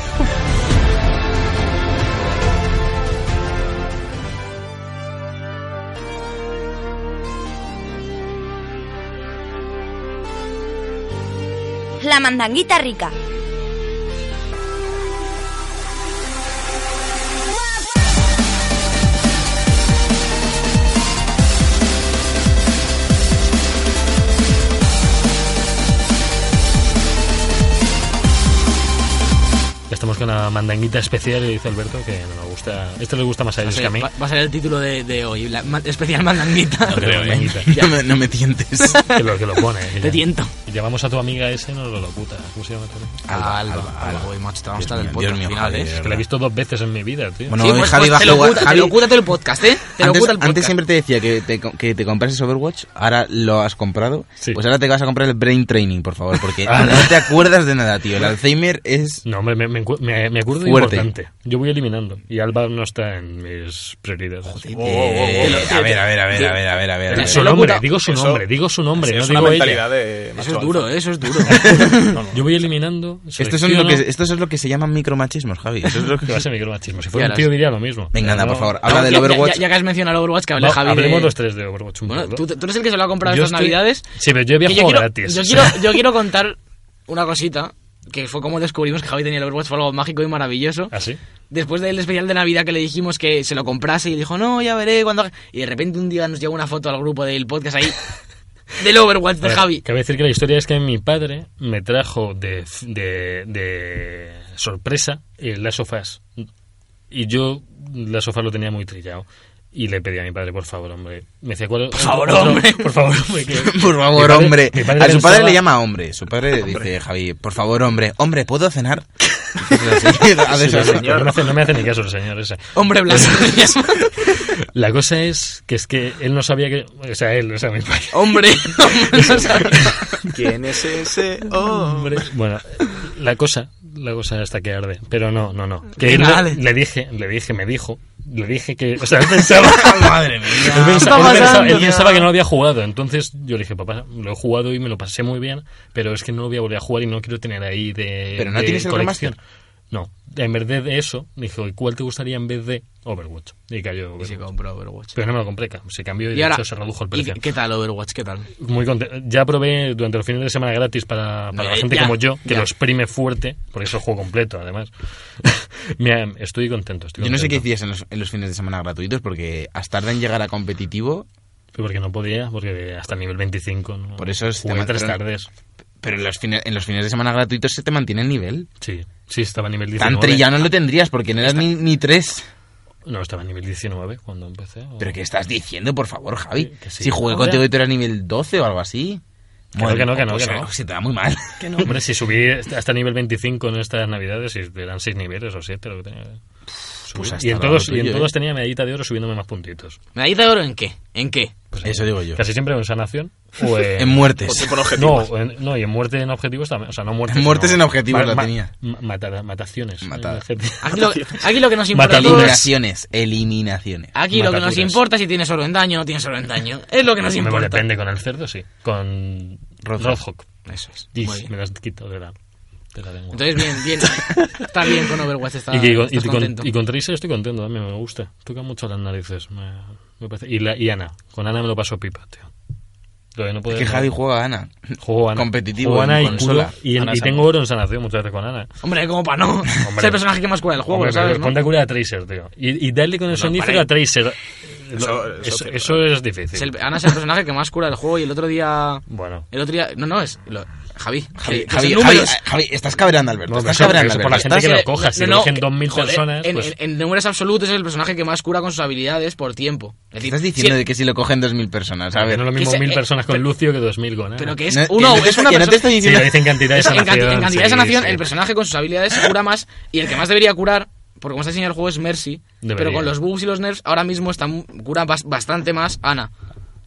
La mandanguita rica.
estamos con una mandanguita especial y dice Alberto que no nos gusta. Esto le gusta más a
Va a
ellos que a
ser-
mí.
va, va a ser el título de, de hoy, la ma- especial mandanguita.
No
<laughs>
creo, mandanguita.
No ¿eh? me, no me tientes.
Que lo, que lo pone. que
Te
ya-
tiento.
Llamamos a tu amiga ese, no lo locuta. ¿Cómo se llama tu amiga?
Alba, Alba,
Alba,
Alba,
Alba.
hoy, macho, te vamos a dar
Dios
el
mío,
podcast
Dios mío,
final,
Javier.
¿eh?
Que la he visto dos veces en mi vida, tío.
Bueno,
Sí,
hoy
pues,
Javi
pues
va a
te lo
jugar.
oculta-
Javi-
te lo oculta, te lo podcast, ¿eh? Te lo
Antes,
oculta el
antes
podcast.
siempre te decía que te, co- que te comprases Overwatch, ahora lo has comprado.
Sí.
Pues ahora te vas a comprar el Brain Training, por favor, porque no te acuerdas de nada, tío. El Alzheimer es.
No, hombre, me, me, encu- me, me acuerdo de
Fuerte.
importante. Yo voy eliminando. Y Alba no está en mis prioridades.
Oh, oh, oh.
Eh, a ver, a ver, a ver, a ver, a ver, a ver.
Digo su nombre,
Eso-
a ver.
digo su
eso-
nombre, digo su nombre,
es
no
una
digo ella.
mentalidad de macho
Eso es duro,
alfa.
¿eh? eso es
<laughs>
duro.
No, no.
Yo voy eliminando.
Esto, son lo
selecciono,
que, esto es lo que se llaman micromachismos, Javi. Eso es
<laughs>
lo
que va
que...
a ser micromachismo. Si fuera
Ya
un
las-
tío diría lo mismo.
Venga, anda,
No.
por favor. Habla
No,
del
ya-
Overwatch.
Ya, ya que has mencionado el Overwatch, que hable
Va,
Javi. de-
hablemos los tres de Overwatch. un
Bueno,
poco.
tú, tú eres el que se lo ha comprado
Yo
estas
estoy-
navidades.
Sí, pero yo he
Que
viajado
quiero,
gratis.
Yo quiero, yo quiero contar una cosita, que fue como descubrimos que Javi tenía el Overwatch, fue algo mágico y maravilloso.
<laughs> ¿Ah, sí?
Después del especial de Navidad que le dijimos que se lo comprase y dijo, no, ya veré cuando... haga". Y de repente un día nos llegó una foto al grupo del podcast ahí del Overwatch
A
de
ver,
Javi.
Cabe decir que la historia es que mi padre me trajo de, de, de sorpresa el Last of Us. Y yo Last of Us lo tenía muy trillado. Y le pedí a mi padre, por favor, hombre. Me decía, ¿cuál Por
favor, hombre.
<laughs> Por favor, hombre. que-
<laughs> Por favor,
Mi padre-
hombre.
mi padre
a su padre
pensaba-
le llama hombre. Su padre dice, Javi, por favor, hombre. Hombre, ¿puedo cenar? A
Sí,
veces
sí,
así. <laughs>
No me hace, no me hace ni caso el señor ese.
Hombre blanco.
La cosa es que es que él no sabía que... O sea, él, o sea, mi padre.
hombre.
¿Quién
<laughs>
es ese hombre?
Bueno, la cosa, la cosa hasta que arde. Pero no, no, no. Que él
Venga,
le-
dale.
le dije, le dije, me dijo, le dije que, o sea, él
<laughs>
pensaba,
Madre mía.
él pensaba,
está
él pensaba-
pasando,
él
tío?
pensaba que no lo había jugado. Entonces yo le dije, papá, lo he jugado y me lo pasé muy bien, pero es que no lo voy a volver a jugar y no quiero tener ahí de,
Pero no
de
tienes el
colección. No, en vez de eso, dije, "Oye, ¿cuál te gustaría en vez de Overwatch? Y cayó Overwatch.
Overwatch.
Pero no me lo compré, ca- se cambió y,
Y
de
ahora,
hecho se redujo el
¿y
precio.
¿qué tal Overwatch? ¿Qué tal?
Muy contento. Ya probé durante los fines de semana gratis para, para
No,
la
eh,
gente
ya,
como yo, que
ya.
lo exprime fuerte, porque es el juego completo, además. <laughs> Mira, estoy contento. Estoy
Yo no sé qué
contento.
hacías en los, en los fines de semana gratuitos porque has tardado en llegar a competitivo,
Porque no podía, porque hasta el nivel 25. ¿no?
Por eso es
Jugué
tema-
tres
pero-
tardes.
pero en los fines, en los fines de semana gratuitos se te mantiene el nivel.
Sí, sí, estaba a nivel
Tan
19.
trillado no lo tendrías porque no eras ni, ni tres.
No, estaba a nivel 19 cuando empecé. o-
¿Pero qué estás diciendo, por favor, Javi?
Que- que sí.
Si jugué
Hombre.
contigo y tú eras nivel 12 o algo así.
Que no, que no, que no,
pues,
que no.
Se te da muy mal. <laughs>
Hombre, si subí hasta nivel 25 en estas navidades, si eran 6 niveles o 7 lo que tenía.
Pues
Subí.
has
y en
tardado lo
todos, y en
tuyo,
todos
¿eh?
tenía medallita de oro subiéndome más puntitos.
¿Medallita de oro en qué? ¿En qué?
Pues,
Eso
eh,
digo yo.
Casi siempre en sanación o en,
<laughs> En muertes.
O tipo en
No,
objetivos.
en- no, y en muerte en objetivos también. O sea, no muertes.
En muertes
sino-
en objetivos la tenía.
ma- matada- mataciones.
Matada.
En objetivos.
Aquí lo, aquí lo que nos importa
Mataduras.
es-
Eliminaciones, eliminaciones.
Ah,
Aquí lo que nos
Mataturas.
importa es si tienes oro en daño o no tienes oro en daño. Es lo que nos
Me
importa.
depende con el cerdo, sí. Con
Roadhog.
Roadhog.
Eso es.
Y
Muy bien.
me las quito de la, de la lengua.
Entonces, bien, bien. Está bien con Overwatch. Está,
y, que- y con,
estás
y con-
contento.
y con Tracer estoy contento también, me gusta. Toca mucho las narices. Me, me parece. Y, la, y Ana. Con Ana me lo paso pipa, tío. Lo de no
Es
poder-
que Javi juega a Ana.
Juego Ana.
competitivo
Juego
en
Ana y
consola.
curo. Y, en-
Ana
y
San-
tengo oro en sanación muchas veces con Ana.
Hombre, como para no. Es el personaje que más cura el juego,
Hombre,
lo ¿sabes?
pero
¿no?
Ponte a curar a Tracer, tío. Y, y darle con el sonífero
para
a Tracer.
Eso-
Lo-
eso
Eso,
sí,
eso es difícil.
Es el- Ana es el personaje que más cura el juego y el otro día.
Bueno.
El otro día. No, no, es. lo- Javi. Javi.
Javi,
que son
Javi, Javi, eh,
números.
Javi, estás cabreando, Alberto.
No, pero
estás
eso-
cabreando,
eso por
Alberto.
la gente que
Estás-
lo coja, si lo cogen 2.000
joder,
personas,
En,
pues-
en- en números absolutos es el personaje que más cura con sus habilidades por tiempo. Es decir,
Estás diciendo
si-
de que si lo cogen 2.000 personas, a ver.
no es lo mismo
que se-
mil
eh,
personas con
pero-
Lucio que 2.000 con Ana.
Pero que es
No, que
uno.
no te
es una
estoy- que no te
persona-
estoy
Sí,
diciendo
lo dicen cantidad de
Eso, en,
sanación.
canti- en cantidad de
sí,
sanación,
sí.
el personaje con sus habilidades se cura más y el que más debería curar, por como está diseñado el juego, es Mercy. Pero
Debería.
con los bugs y los nerfs, ahora mismo está, mu- cura bas- bastante más Ana.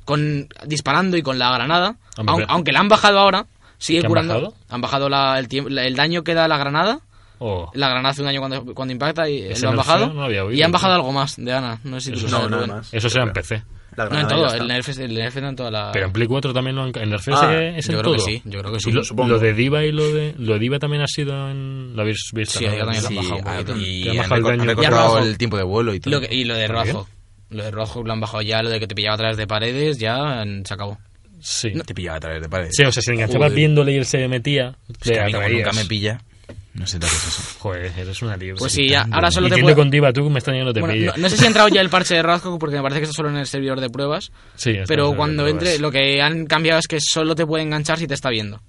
Con, disparando y con la granada,
Hombre,
aun-
pero-
aunque la han bajado ahora, sigue
¿Que han
curando.
bajado?
Han bajado la- el, tiemp- la- el daño que da la granada.
Oh.
La granada hace un daño cuando, cuando impacta y eh,
Ese
lo han
nerfeo
bajado.
no lo había oído,
y han
tío.
bajado algo más de Ana. No sé si tú
Eso
lo
es
sabes,
No, nada
Rubén.
más.
Eso será en PC.
La
No, en
granada
todo.
ya
El
está.
nerf, es- el nerf está en toda la.
Pero en Play 4 también lo han, en el
Ah,
es
Ah. yo
en
creo que
todo.
sí, yo creo que sí.
Y lo,
Supongo.
lo de Diva y lo de lo de Diva también ha sido en lo habéis visto.
Sí,
¿no?
ahí también lo
Sí,
han bajado un
ah,
poquito.
Que
y
han
han
bajado el
reco-
daño.
han
Y han
recortado
bajado-
el tiempo de vuelo y todo.
Lo que- y lo de Roadhog. Lo de Roadhog lo han bajado ya, lo de que te pillaba atrás de paredes, ya mm, se acabó.
Sí.
Te pillaba a través de paredes.
Sí, o sea, si le enganchabas
Joder.
viéndole y él se metía,
Es que
le
a mí como nunca
atraías.
me pilla. No sé lo que es eso.
Joder, eres una libre.
Pues sí, ya, ahora solo
y
te
tiendo
puedo-
con Diva, tú me estás yendo te
Bueno,
pillo.
no, no sé si ha entrado ya el parche de Roadhog porque me parece que está solo en el servidor de pruebas.
Sí, está en el
pero
servidor
cuando
de
entre,
pruebas.
lo que han cambiado es que solo te puede enganchar si te está viendo.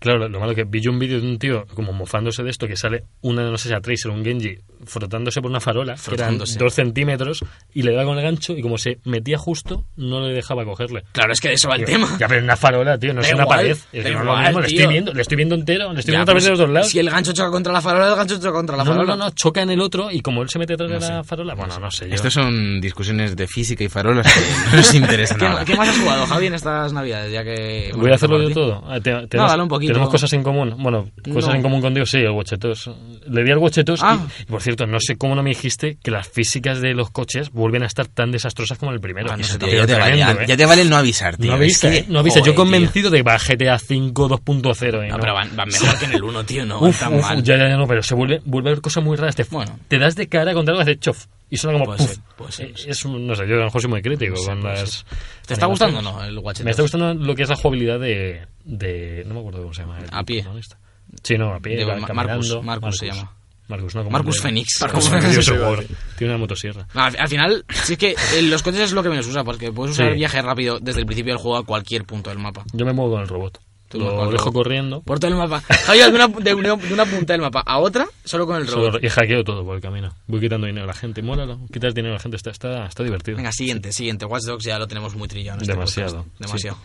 Claro, lo, lo malo que vi yo un vídeo de un tío como mofándose de esto, que sale una, no sé si a Tracer, un Genji, frotándose por una farola, que eran
Frotándose.
dos centímetros, y le daba con el gancho, y como se metía justo, no le dejaba cogerle.
Claro, es que de eso va el tema.
Ya, pero en una farola, tío, no
Da
es una
igual,
pared. Es que
da
no es lo
igual,
mismo, le estoy
tío.
viendo, le estoy viendo entero, le estoy
Ya,
viendo a través
pues,
de los dos lados.
Si el gancho choca contra la farola, el gancho choca contra la
no, no,
farola.
no, no, choca en el otro y como él se mete detrás
No
de la
sé.
farola, bueno, no sé yo.
Este
Estas son discusiones de física y farolas que <laughs> no nos interesan
¿Qué,
nada.
qué más has jugado, Javi, en estas navidades? Ya que,
Voy a hacerlo
por
yo
ti.
todo. Ah, te- tenemos-
dale un poquito.
Tenemos cosas en común. Bueno, cosas
No.
en común contigo, sí, el Watchetos. Le di al Watchetos
Ah.
y, y, por cierto, no sé cómo no me dijiste que las físicas de los coches vuelven a estar tan desastrosas como en el primero.
Ah, no
Eso,
sé,
tío,
Pero
ya, te vale,
tremendo,
ya-
¿eh?
ya te vale el no avisar, tío.
No
Es
avisa,
que-
¿eh? no avisa. Yo
joder, tío.
convencido de que va a GTA V 2.0. y
No,
no.
pero van, van mejor que en el 1, tío, no van
¿eh? Uf,
tan
uf,
mal.
ya, ya, ya, no, pero se vuelve, vuelve a haber cosas muy raras. Te,
Bueno.
te das de cara contra algo que hace chof y suena como
Puede
puf.
ser, puede ser,
Eh,
sí.
es un- no sé, yo a lo mejor soy muy crítico
Puede ser,
con
puede
las.
¿Te está gustando o
animaciones.
no el guachete?
Me está gustando lo que es la jugabilidad de. de- no me acuerdo cómo se llama. el
A pie.
protagonista. Sí, no, a pie.
De
va
Ma-
caminando.
Marcus, Marcus se llama.
Marcus, no, como
Marcus
el de-
Fenix.
Marcus
Marcus
Fenix,
Fenix.
seguro. Tiene una motosierra.
No, Al, al final, sí es que eh, los coches es lo que menos usa, porque puedes usar
Sí.
el viaje rápido desde el principio del juego a cualquier punto del mapa.
Yo me muevo con el robot.
Tú vas con
Lo
el
dejo
robot.
corriendo
Por todo el mapa. Javi, de una, de, una, de una punta del mapa a otra, solo con el
solo-
robot.
y hackeo todo por el camino. Voy quitando dinero a la gente. Móralo. Quitar dinero a la gente está, está, está divertido.
Venga, siguiente, siguiente. Watch Dogs pues ya lo tenemos muy trillado. en este
Demasiado,
podcast. Demasiado.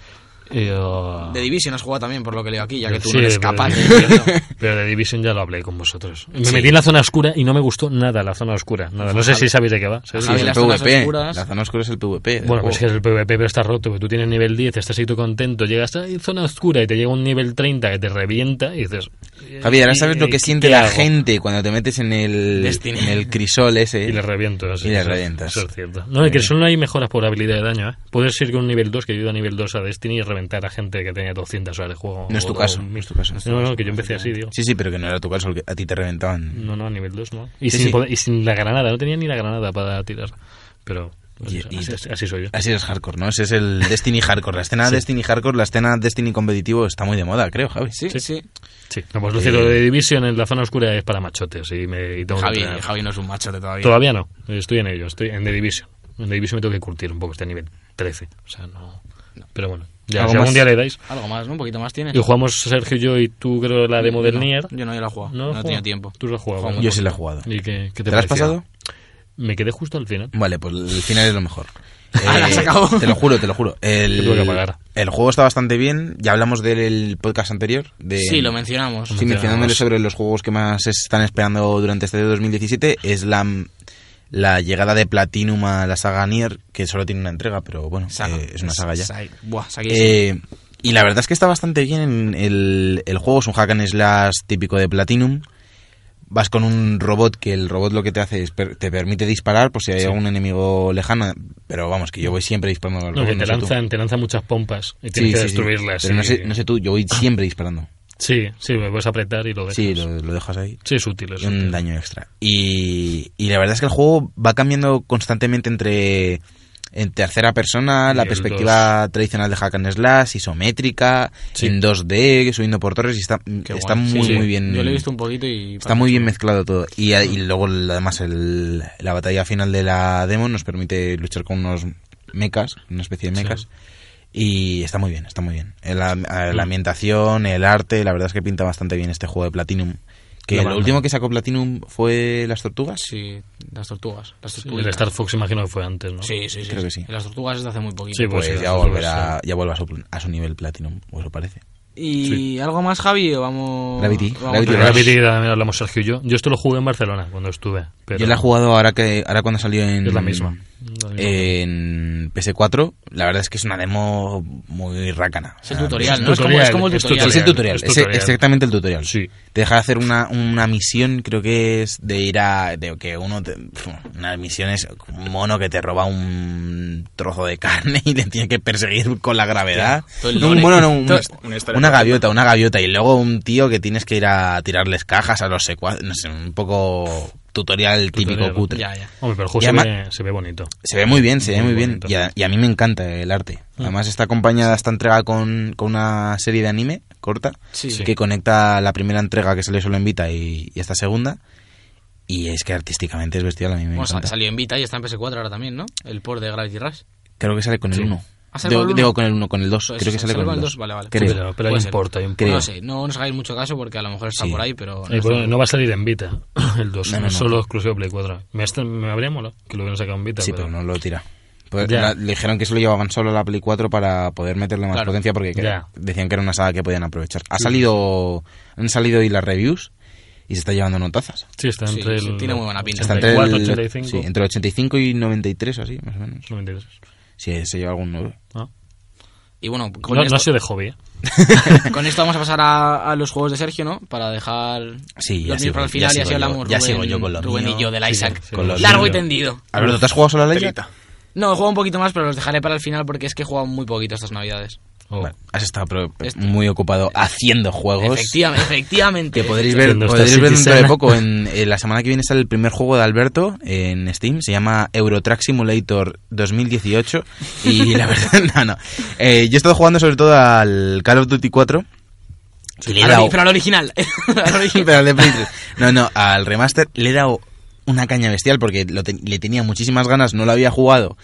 Y, uh,
The Division has jugado también, por lo que leo aquí, ya que tú
Sí,
no eres
pero- <laughs>
capaz de decirlo.
Pero de Division ya lo hablé con vosotros. Me
Sí.
metí en la zona oscura y no me gustó nada la zona oscura. Nada. No sé si sabéis de qué va. ¿Sabéis
Sí,
de
Javi,
qué va?
es el
las zonas
PvP.
oscuras.
La zona oscura es el PvP. del
Bueno, pues es que
juego.
el PvP pero está roto, porque tú tienes nivel 10, estás ahí tú contento, llegas a zona oscura y te llega un nivel 30 que te revienta y dices... eh,
Javier, ahora
¿y-
sabes lo que
qué-
siente
qué
la
hago?
gente cuando te metes en el,
Destiny.
en el crisol ese.
Y le reviento. sí,
Y le
eso-
revientas. Eh.
Eso es cierto. No, en el que solo hay mejoras por habilidad de daño, ¿eh? Puedes ir con un nivel 2, que yo he ido a nivel 2 a Destiny y reventar a gente que tenía 200 horas de juego.
No es
o-
tu
o
caso,
mil.
no es tu caso, no es tu
No, no,
caso,
que yo empecé así, digo.
Sí, sí, pero que no era tu caso, que a ti te reventaban.
No, no, a nivel 2 no. Y,
Sí,
sin
sí.
poder- y sin la granada, no tenía ni la granada para tirar. Pero pues,
Y- y-
así, así- así soy yo.
Así es hardcore, ¿no? Ese es el Destiny hardcore. La escena
Sí.
Destiny hardcore, la escena Destiny competitivo está muy de moda, creo, Javi.
Sí,
Sí.
sí.
Sí, no, pues lo cierto, de Division en la zona oscura es para machotes y, me, y tengo que
Javi,
entrenar.
Javi no es un machote todavía.
Todavía no, estoy en ello, estoy en The Division. En The Division me tengo que curtir un poco, está a nivel 13. O sea, no. Pero bueno, ya,
Algo
si algún
más.
día le dais.
Algo más, ¿no? Un poquito más tiene.
Y jugamos Sergio y yo y tú, creo, la de del Nier.
Yo no, yo la he jugado.
No,
No, he
juego.
tenido tiempo.
Tú lo has jugado,
Juego
¿no?
muy
Yo sí
poco.
la he jugado.
¿Y qué, qué
¿Te
te,
la has
pareció?
pasado?
Me quedé justo al final.
Vale, pues el final es lo mejor. Eh,
Ahora se acabó.
Te lo juro, te lo juro. El,
Lo tuve que apagar.
el juego está bastante bien. Ya hablamos del podcast anterior. De,
Sí, lo mencionamos.
Sí, mencionándole sobre los juegos que más se están esperando durante este 2017 es la, la llegada de Platinum a la saga Nier, que solo tiene una entrega, pero bueno,
Saga.
eh, es una saga ya.
Sai- Buah, saquísimo.
Eh, y la verdad es que está bastante bien el, el juego, es un hack and slash típico de Platinum. Vas con un robot que el robot lo que te hace es per- te permite disparar por si hay algún enemigo lejano, pero vamos, que yo voy siempre disparando al
No,
robot.
que te
sé tú.
lanzan, te lanzan muchas pompas y
Sí,
tienes que
sí, sí.
destruirlas.
Pero
y-
no sé, no sé tú, yo voy siempre disparando.
Sí, sí, me puedes apretar y lo dejas.
Sí, lo- lo dejas ahí.
Sí, es útil. Es
y un
útil.
daño extra. Y, y la verdad es que el juego va cambiando constantemente entre en tercera persona,
Y
la
el
perspectiva tradicional de Hack and Slash, isométrica,
Sí.
en 2D, subiendo por torres, y está, está
guay.
muy,
Sí, sí.
muy bien.
Yo lo he visto un poquito y.
Está muy bien mezclado todo. Y, a-
Mm.
y luego, el- además, el- la batalla final de la demo nos permite luchar con unos mechas, una especie de mechas. Y está muy bien, está muy bien. El am- la,
Mm.
ambientación, el arte, la verdad es que pinta bastante bien este juego de Platinum. Que
La
lo
banda.
último que sacó Platinum fue Las Tortugas.
Sí, las tortugas. Las
Sí,
tortugas.
el Star Fox imagino que fue antes, ¿no?
Sí, sí, sí.
Creo que sí.
Las tortugas es de hace muy poquito.
Sí,
Pues,
sí,
ya,
Las
volverá,
Tortugas,
ya vuelve a su, a su nivel Platinum, o eso parece.
¿Y
Sí.
algo más, Javi? ¿O vamos.
Gravity,
vamos otra
Gravity
Pero
Rush.
la
vez?
Pity también hablamos Sergio y yo. Yo esto lo jugué en Barcelona cuando estuve. Pero
Yo la he jugado ahora, que, ahora cuando salió en...
Es la misma. Eh,
En PS4, la verdad es que es una demo muy rácana.
Es el
O sea,
es
tutorial, ¿no? Es como, es
tutorial,
como el
es
tutorial.
es el tutorial,
es
es
tutorial.
exactamente el tutorial.
Sí.
Te deja hacer una, una misión, creo que es de ir a. de que uno. te- una misión es un mono que te roba un trozo de carne y le tiene que perseguir con la gravedad.
todo el
No,
lore.
un mono, no, un-
Todo-
una
una,
historia
gaviota, una gaviota. Y luego un tío que tienes que ir a tirarles cajas a los secuaces. No sé, un poco tutorial típico
Tutorial.
cutre.
Ya, ya.
Hombre, pero el juego
Y
se,
además-
ve, se ve bonito.
Se ve muy bien, se ve
Muy
muy bien.
bonito. Ah.
Y a, y a mí me encanta el arte. Además está acompañada esta entrega con, con una serie de anime corta
Sí.
que conecta la primera entrega que sale solo en Vita y, y esta segunda. Y es que artísticamente es bestial, a mí me
Bueno, sa-
encanta.
salió en Vita y está en PS4 ahora también, ¿no? El port de Gravity Rush.
Creo que sale con el
Sí.
1.
¿Ah, sale con
Digo,
el uno?
digo con el 1, con el 2.
Pues
Creo que
eso,
sale con el
el
2.
dos, Vale, vale.
Creo.
Pero, pero ahí
Puede ser.
importa, ahí importa.
Creo.
No sé, no nos hagáis mucho caso porque a lo mejor está
Sí.
por ahí, pero... no
Eh,
está-
bueno, no va a salir en Vita <laughs> el 2,
No, no, no.
solo exclusivo de Play 4. Me, hasta- me habría molado que lo hubieran sacado en Vita.
Sí, pero no lo tira. Pues
Ya.
la- le dijeron que se lo llevaban solo a la Play 4 para poder meterle más
Claro.
potencia porque que-
Ya.
decían que era una saga que podían aprovechar. Ha salido, han salido y las reviews y se está llevando notazas.
Sí, está
Sí,
entre
sí,
el.
tiene muy buena pinta.
Está entre,
84,
el-
85.
sí, entre 85 y 93 así, más o menos.
93.
Si se lleva algún 9.
No,
Y bueno, con,
no, no
esto,
ha sido de hobby, ¿eh?
<laughs> con esto vamos a pasar a, a los juegos de Sergio, ¿no? Para dejar
Sí, ya
los míos
sigo-
para el final
ya
y así
sigo yo-
hablamos
ya
Rubén,
sigo yo con lo
Rubén
mío.
y yo del
Sí,
Isaac.
sí,
con lo
Largo
mío.
y tendido.
Alberto, ¿te has jugado solo a la isla?
Telita.
No, he jugado un poquito más, pero los dejaré para el final porque es que he jugado muy poquito estas navidades.
Oh,
Bueno, has estado pero,
Este.
muy ocupado haciendo juegos.
Efectivamente, efectivamente.
<laughs> Que podréis ver,
Haciendo esta
podréis ver dentro de
Citizen.
poco. En, en la semana que viene sale el primer juego de Alberto en Steam. Se llama Eurotrack Simulator 2018. Y la verdad, <laughs> no, no. Eh, yo he estado jugando sobre todo al Call of Duty 4. y le he
Al
dado-
ori- pero al original. <laughs> Al original.
<laughs> Pero al de Play 3. No, no, al remaster le he dado una caña bestial porque lo te- le tenía muchísimas ganas, no lo había jugado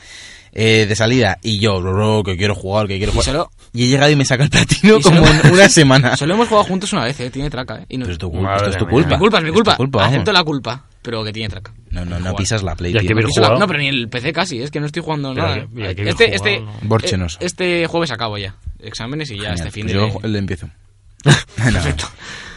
eh, de salida. Y yo, "Bro, bro, que quiero jugar, que quiero
Y
jugar.
solo-
Y he llegado y me saca el platino
y
como
solo-
en
<laughs>
una semana.
Solo hemos jugado juntos una vez, ¿eh? Tiene traca, ¿eh? Y no-
Pero es tu
Madre
culpa, esto es tu
mía.
culpa.
Mi
Mi culpa, es mi
Esto
culpa.
vamos.
Acepto la culpa, pero que tiene traca.
No, no, no
Jugar.
pisas la play,
Ya
tío.
que
No
Pero
piso la-
jugado.
no, pero ni el PC casi, es que no estoy jugando
Pero
nada.
que- mira, que bien
este,
jugado,
este,
¿no?
Borchenoso.
eh, este jueves acabo ya. Exámenes y ya
Genial,
este fin
pues
de
yo
<laughs>
le empiezo. No, no.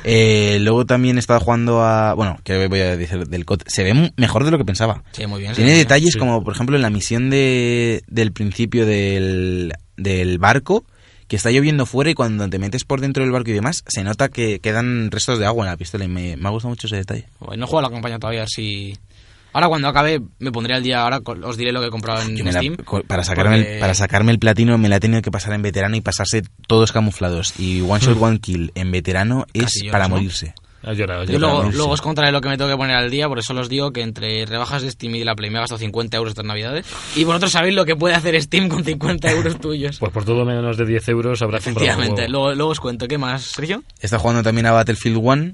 Eh, luego también estaba jugando a. Bueno, que voy a decir del COD. Se ve mu- mejor de lo que pensaba.
Sí, muy bien.
Tiene
sí,
detalles
Sí.
como, por ejemplo, en la misión de, del principio del, del barco, que está lloviendo fuera y cuando te metes por dentro del barco y demás, se nota que quedan restos de agua en la pistola y me, me ha gustado mucho ese detalle.
Bueno, No juego a la campaña todavía, si... Ahora cuando acabe me pondré al día, ahora co- os diré lo que he comprado en
Yo me la-
Steam.
co- para, sacarme
porque-
el, para sacarme el platino me la he tenido que pasar en veterano y pasarse todos camuflados. Y One Shot One Kill en veterano es
Hmm. Casi lloras,
para
¿no?
morirse.
ha llorado.
Yo
Yo
luego,
también,
luego
sí.
os contaré lo que me tengo que poner al día, por eso os digo que entre rebajas de Steam y de la Play me he gastado 50 euros estas navidades. Y vosotros sabéis lo que puede hacer Steam con 50 euros
<laughs>
tuyos.
Pues por todo menos de 10 euros habrá comprado. un
Efectivamente,
juego.
luego, luego os cuento. ¿Qué más, Sergio?
Está jugando también a Battlefield 1,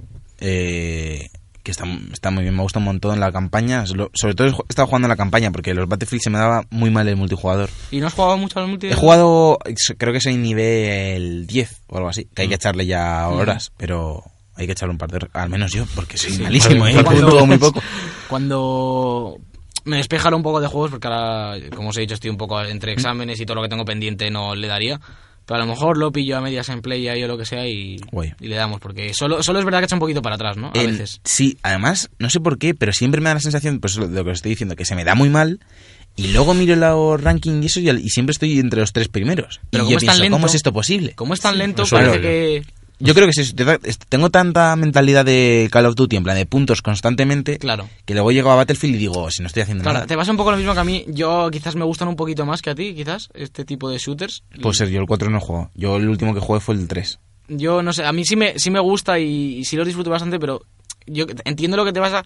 que está, está muy bien, me gusta un montón la campaña. Lo- Sobre todo he ju- he estado jugando la campaña, porque los Battlefield se me daba muy mal el multijugador.
¿Y no has jugado mucho al multi?
He jugado, ex- creo que soy nivel 10 o algo así, que hay
Mm.
que echarle ya horas, pero hay que echarle un par de horas, al menos yo, porque soy malísimo,
Vale,
¿eh?
vale.
Juego muy poco.
Cuando me despejaron un poco de juegos, porque ahora, como os he dicho, estoy un poco
Mm.
entre exámenes y todo lo que tengo pendiente no le daría. Pero a lo mejor lo pillo a medias en play ahí o lo que sea y,
Guay.
y le damos, porque solo, solo es verdad que echa un poquito para atrás, ¿no? <laughs> A
En-
veces.
Sí, además, no sé por qué, pero siempre me da la sensación, pues lo, lo que os estoy diciendo, que se me da muy mal. Y luego miro el ranking y eso, y, al- y siempre estoy entre los tres primeros.
Pero
y
¿cómo
yo
es tan
pienso,
lento?
¿cómo es esto posible?
Como es tan lento,
eso
parece
creo
que...
Yo creo que es eso, te da- es- tengo tanta mentalidad de Call of Duty, en plan de puntos constantemente,
Claro.
que luego llego a Battlefield y digo, "Oh, si no estoy haciendo
Claro,
nada,
te pasa un poco lo mismo que a mí. Yo quizás me gustan un poquito más que a ti, quizás, este tipo de shooters.
puede pues ser, yo el 4 no juego. Yo el último que jugué fue el 3.
Yo no sé, a mí sí me, sí me gusta y, y sí los disfruto bastante, pero yo entiendo lo que te pasa,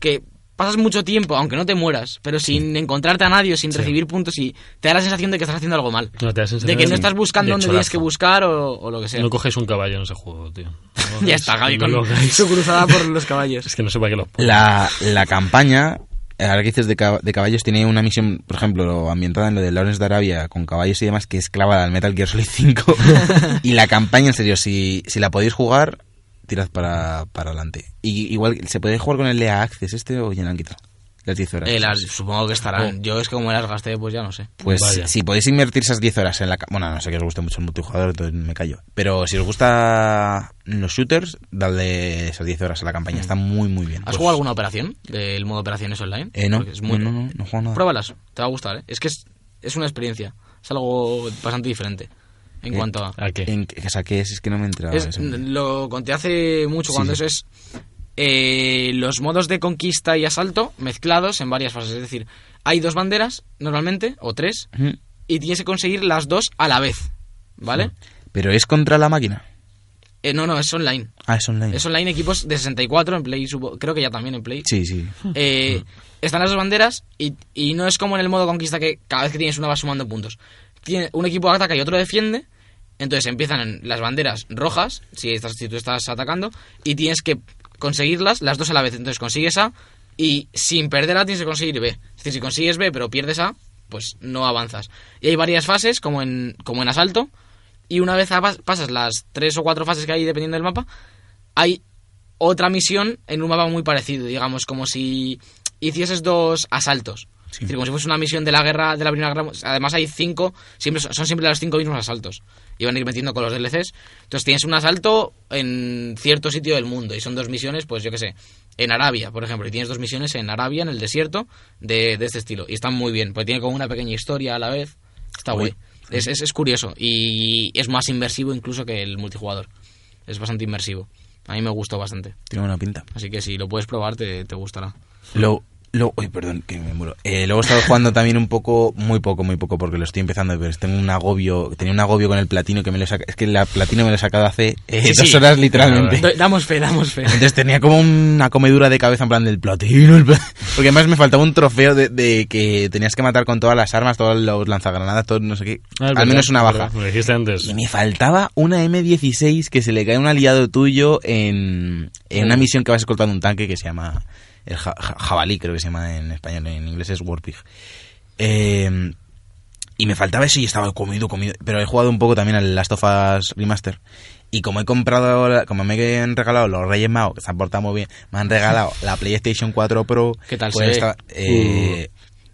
que pasas mucho tiempo, aunque no te mueras, pero sin encontrarte a nadie, o sin recibir puntos y te da la sensación de que estás haciendo algo mal.
No, te da sensación
de que no
de-
estás buscando
de
donde tienes
chorazo.
que buscar o, o lo que sea. <laughs>
No coges un caballo en ese juego, tío. <laughs> No
ya
coges-
está, Gaby,
no
con
coges.
su cruzada por los caballos.
<laughs>
Es que no sé para qué los pongo.
La, la campaña, eh, ahora que dices de, ca- de caballos, tiene una misión, por ejemplo, ambientada en lo de Lawrence de Arabia, con caballos y demás, que es clavada al Metal Gear Solid
<laughs>
5. y la campaña, en serio, si, si la podéis jugar, tirad para, para adelante. Y, igual, ¿se puede jugar con el EA Access este o ya lo han quitado? Las 10 horas.
Eh, las- supongo que
Oh.
estarán. Yo es que como las gasté, pues ya no sé.
Pues
Vaya.
si podéis invertir esas 10 horas en la... ca- Bueno, no sé que os guste mucho el multijugador, entonces me callo. Pero si os gusta los shooters, dadle esas 10 horas a la campaña. Está muy, muy bien.
Mm. ¿Has
Pues-
jugado alguna operación del modo operaciones online?
Eh, no,
Porque es muy-
no, no, no, no he jugado nada.
Pruébalas, te va a gustar. ¿eh? Es que es, es una experiencia. Es algo bastante diferente en
Eh,
cuanto a...
¿A qué? Ah,
¿En qué- o sea, qué es? Es que no me entraba.
Es- lo conté hace mucho
Sí,
cuando
sí.
eso es eh, los modos de conquista y asalto mezclados en varias fases. Es decir, hay dos banderas normalmente, o tres, y tienes que conseguir las dos a la vez. ¿Vale?
Pero es contra la máquina.
Eh, no, no, es online.
Ah, es online.
Es online equipos de 64 en Play, supo- creo que ya también en Play.
Sí, sí.
Eh, están las dos banderas y, y no es como en el modo conquista que cada vez que tienes una vas sumando puntos. Tiene, un equipo ataca y otro defiende. Entonces empiezan en las banderas rojas, si, estás, si tú estás atacando, y tienes que conseguirlas las dos a la vez. Entonces consigues A y sin perder A tienes que conseguir B. Es decir, si consigues B pero pierdes A, pues no avanzas. Y hay varias fases, como en, como en asalto, y una vez abas- pasas las tres o cuatro fases que hay dependiendo del mapa, hay otra misión en un mapa muy parecido, digamos, como si hicieses dos asaltos. Es decir, como si fuese una misión de la guerra de la primera guerra. Además hay cinco, siempre son son siempre los cinco mismos asaltos. Y van a ir metiendo con los DLCs. Entonces tienes un asalto en cierto sitio del mundo y son dos misiones, pues yo qué sé, en Arabia, por ejemplo. Y tienes dos misiones en Arabia, en el desierto, de, de este estilo. Y están muy bien, porque tiene como una pequeña historia a la vez. Está
Uy.
guay. Es, es, es curioso y es más inversivo incluso que el multijugador. Es bastante inmersivo. A mí me gustó bastante.
Tiene buena pinta.
Así que si lo puedes probar, te, te gustará.
Lo, lo, uy, perdón, que me muero. Eh, luego he estado jugando también un poco, muy poco, muy poco, porque lo estoy empezando, pero tengo un agobio, tenía un agobio con el platino que me lo he saca- es que la platino me lo he sacado hace eh,
Sí,
dos
sí.
horas literalmente.
Do- Damos fe, damos fe.
Entonces tenía como una comedura de cabeza en plan del platino, el pla- porque además me faltaba un trofeo de, de que tenías que matar con todas las armas, todos los lanzagranadas, todo no sé qué,
Ah, es
al
verdad,
menos una
es
baja.
verdad, Me lo dijiste antes.
Y me faltaba una M16 que se le cae a un aliado tuyo en, en una misión que vas escoltando un tanque que se llama el ja- ja- jabalí, creo que se llama en español, en inglés es warpig. Eh, y me faltaba eso y estaba comido, comido. Pero he jugado un poco también al Last of Us Remaster. Y como he comprado, ahora- como me han regalado los Reyes Magos, que se han portado muy bien, me han regalado la PlayStation 4 Pro.
¿Qué tal se
pues
ve?
estaba- eh,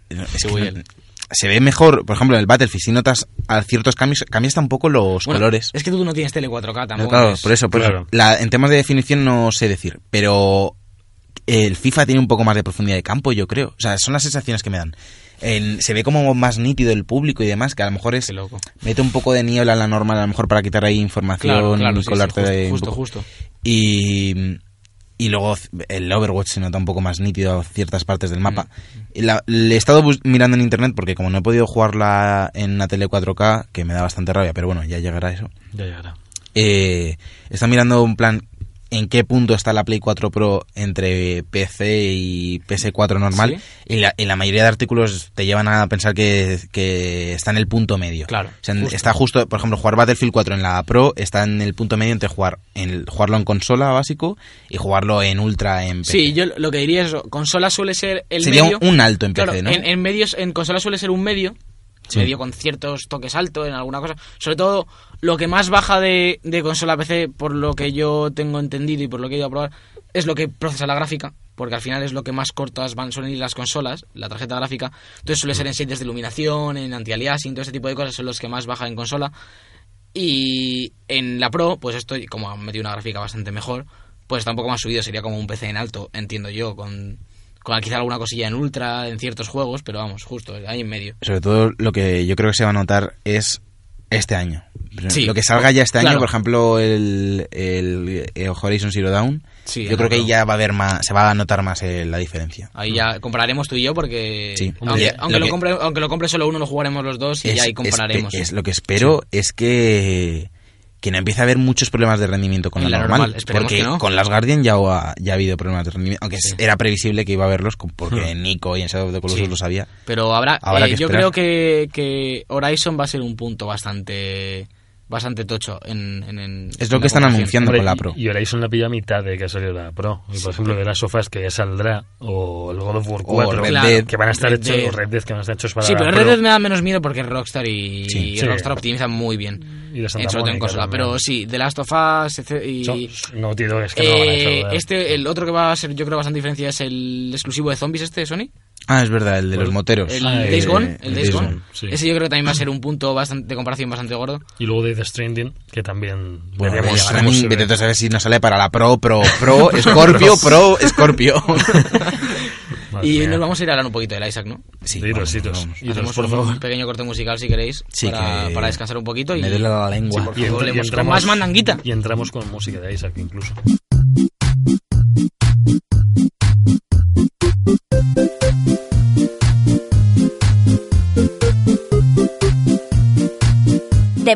no, es
Qué
que no-
bien.
se ve mejor, por ejemplo, en el Battlefield, si notas a ciertos cambios, cambias tampoco los
Bueno,
colores.
Es que tú no tienes tele 4K
No,
tampoco.
claro,
es-
por eso, por eso.
Claro.
La- en temas de definición no sé decir, pero el FIFA tiene un poco más de profundidad de campo, yo creo. O sea, son las sensaciones que me dan. El- se ve como más nítido el público y demás, que a lo mejor es...
Qué loco.
Mete un poco de niebla en la norma, a lo mejor para quitar ahí información
Claro, claro,
y
sí, sí,
colarte
justo,
de- un
justo,
poco.
justo.
Y, y luego c- el Overwatch se nota un poco más nítido a ciertas partes del mapa. Y la- le he estado bus- mirando en internet porque como no he podido jugarla en una tele 4K, que me da bastante rabia, pero bueno, ya llegará eso.
Ya llegará.
Eh, está mirando un plan en qué punto está la Play 4 Pro entre PC y PS4 normal. Y, la, y la mayoría de artículos te llevan a pensar que, que está en el punto medio.
Claro,
O sea, en-
justo.
está justo, por ejemplo, jugar Battlefield 4 en la Pro está en el punto medio entre jugar en el- jugarlo en consola básico y jugarlo en ultra en PC.
Sí, yo lo que diría es eso. Consola suele ser el
Sería
medio.
un, un alto en PC,
Claro,
¿no?
en, en medios, en consola suele ser un medio.
Sí.
Medio con ciertos toques altos en alguna cosa. Sobre todo, lo que más baja de, de consola a PC, por lo que yo tengo entendido y por lo que he ido a probar, es lo que procesa la gráfica. Porque al final es lo que más cortas van suelen ir las consolas, la tarjeta gráfica. Entonces suele ser en series de iluminación, en anti-aliasing, todo ese tipo de cosas son los que más baja en consola. Y en la Pro, pues esto, como han metido una gráfica bastante mejor, pues tampoco más subido. Sería como un PC en alto, entiendo yo, con, con quizá alguna cosilla en ultra, en ciertos juegos, pero vamos, justo, ahí en medio.
sobre todo lo que yo creo que se va a notar es este año.
Sí.
Lo que salga ya este año,
Claro.
por ejemplo, el, el, el Horizon Zero Dawn,
Sí,
yo creo que
claro.
ahí ya va a haber más, se va a notar más eh, la diferencia.
Ahí ya compararemos tú y yo porque
Mm. Sí, hombre,
aunque,
ya,
aunque
lo
lo
que-
compre, aunque lo compre solo uno, lo jugaremos los dos y
Es-
ya ahí
espe-
compararemos. ¿eh?
Es, lo que espero es que, que no empiece a haber muchos problemas de rendimiento con la,
En la
normal.
normal, esperemos
porque
que no.
con las Guardian ya ha, ya ha habido problemas de rendimiento, aunque era previsible que iba a haberlos con- porque en Nico y en Shadow of the Colossus
Hmm. Sí.
lo sabía.
Pero habrá,
Habrá
eh,
que
yo creo
esperar.
que, que Horizon va a ser un punto bastante bastante tocho en, en- en-
Es lo
en
que
la comparación.
están anunciando.
Hombre,
con la
y-
Pro.
Y Horizon la pilla a mitad de que ha salido la Pro. Y, por ejemplo, de las sofás que ya saldrá, o el God of War
O
4,
Red
claro,
Dead.
que van a estar
Red
hechos,
Dead.
o Red Dead, que van a estar hechos para
Sí,
la
pero
Pro.
Red Dead me da menos miedo porque es Rockstar y,
Sí,
y
sí.
Rockstar optimiza muy bien.
Y las
Eh, sobre todo en
Santa
consola.
Mónica
Pero
también.
sí, The Last of Us etc. y...
Son- No, tío, es que no van a
eh,
defraudar.
este, el otro que va a ser, yo creo, bastante diferencia es el exclusivo de zombies este de Sony.
Ah, es verdad, el de los moteros.
Pues El
Ah,
Days
eh,
Gone. El Days Gone.
sí.
Ese yo creo que también va a ser un punto bastante, de comparación bastante gordo.
Y luego de The Stranding, que también
Bueno,
veremos
veremos,
cómo
veremos,
se ve.
vete tú a saber si nos sale para la Pro, Pro, Pro, Scorpio, Pro, Scorpio.
Madre
Y
mía.
nos vamos a ir a hablar un poquito del Isaac, ¿no?
Sí,
Iros,
vamos,
iros.
vamos.
Iros,
Hacemos
por
un
favor.
pequeño corte musical si queréis
Sí,
para,
que-
para descansar un poquito y
Me duele la lengua.
Y, entr-
Luego
y
hablemos con
entramos,
más mandanguita.
y entramos con música de Isaac incluso.
The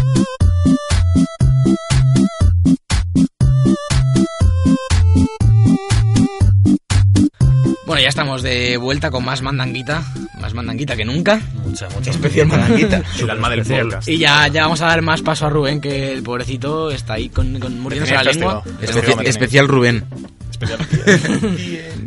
Bueno, Bueno, ya estamos de vuelta con más mandanguita, más mandanguita que nunca.
Mucha, mucha.
Especial mandanguita.
El alma del
especial.
podcast.
Y ya, ya vamos a dar más paso a Rubén, que el pobrecito está ahí con, con muriéndose la
tenía
lengua.
castigado.
Es,
Castigado.
Especial, especial Rubén.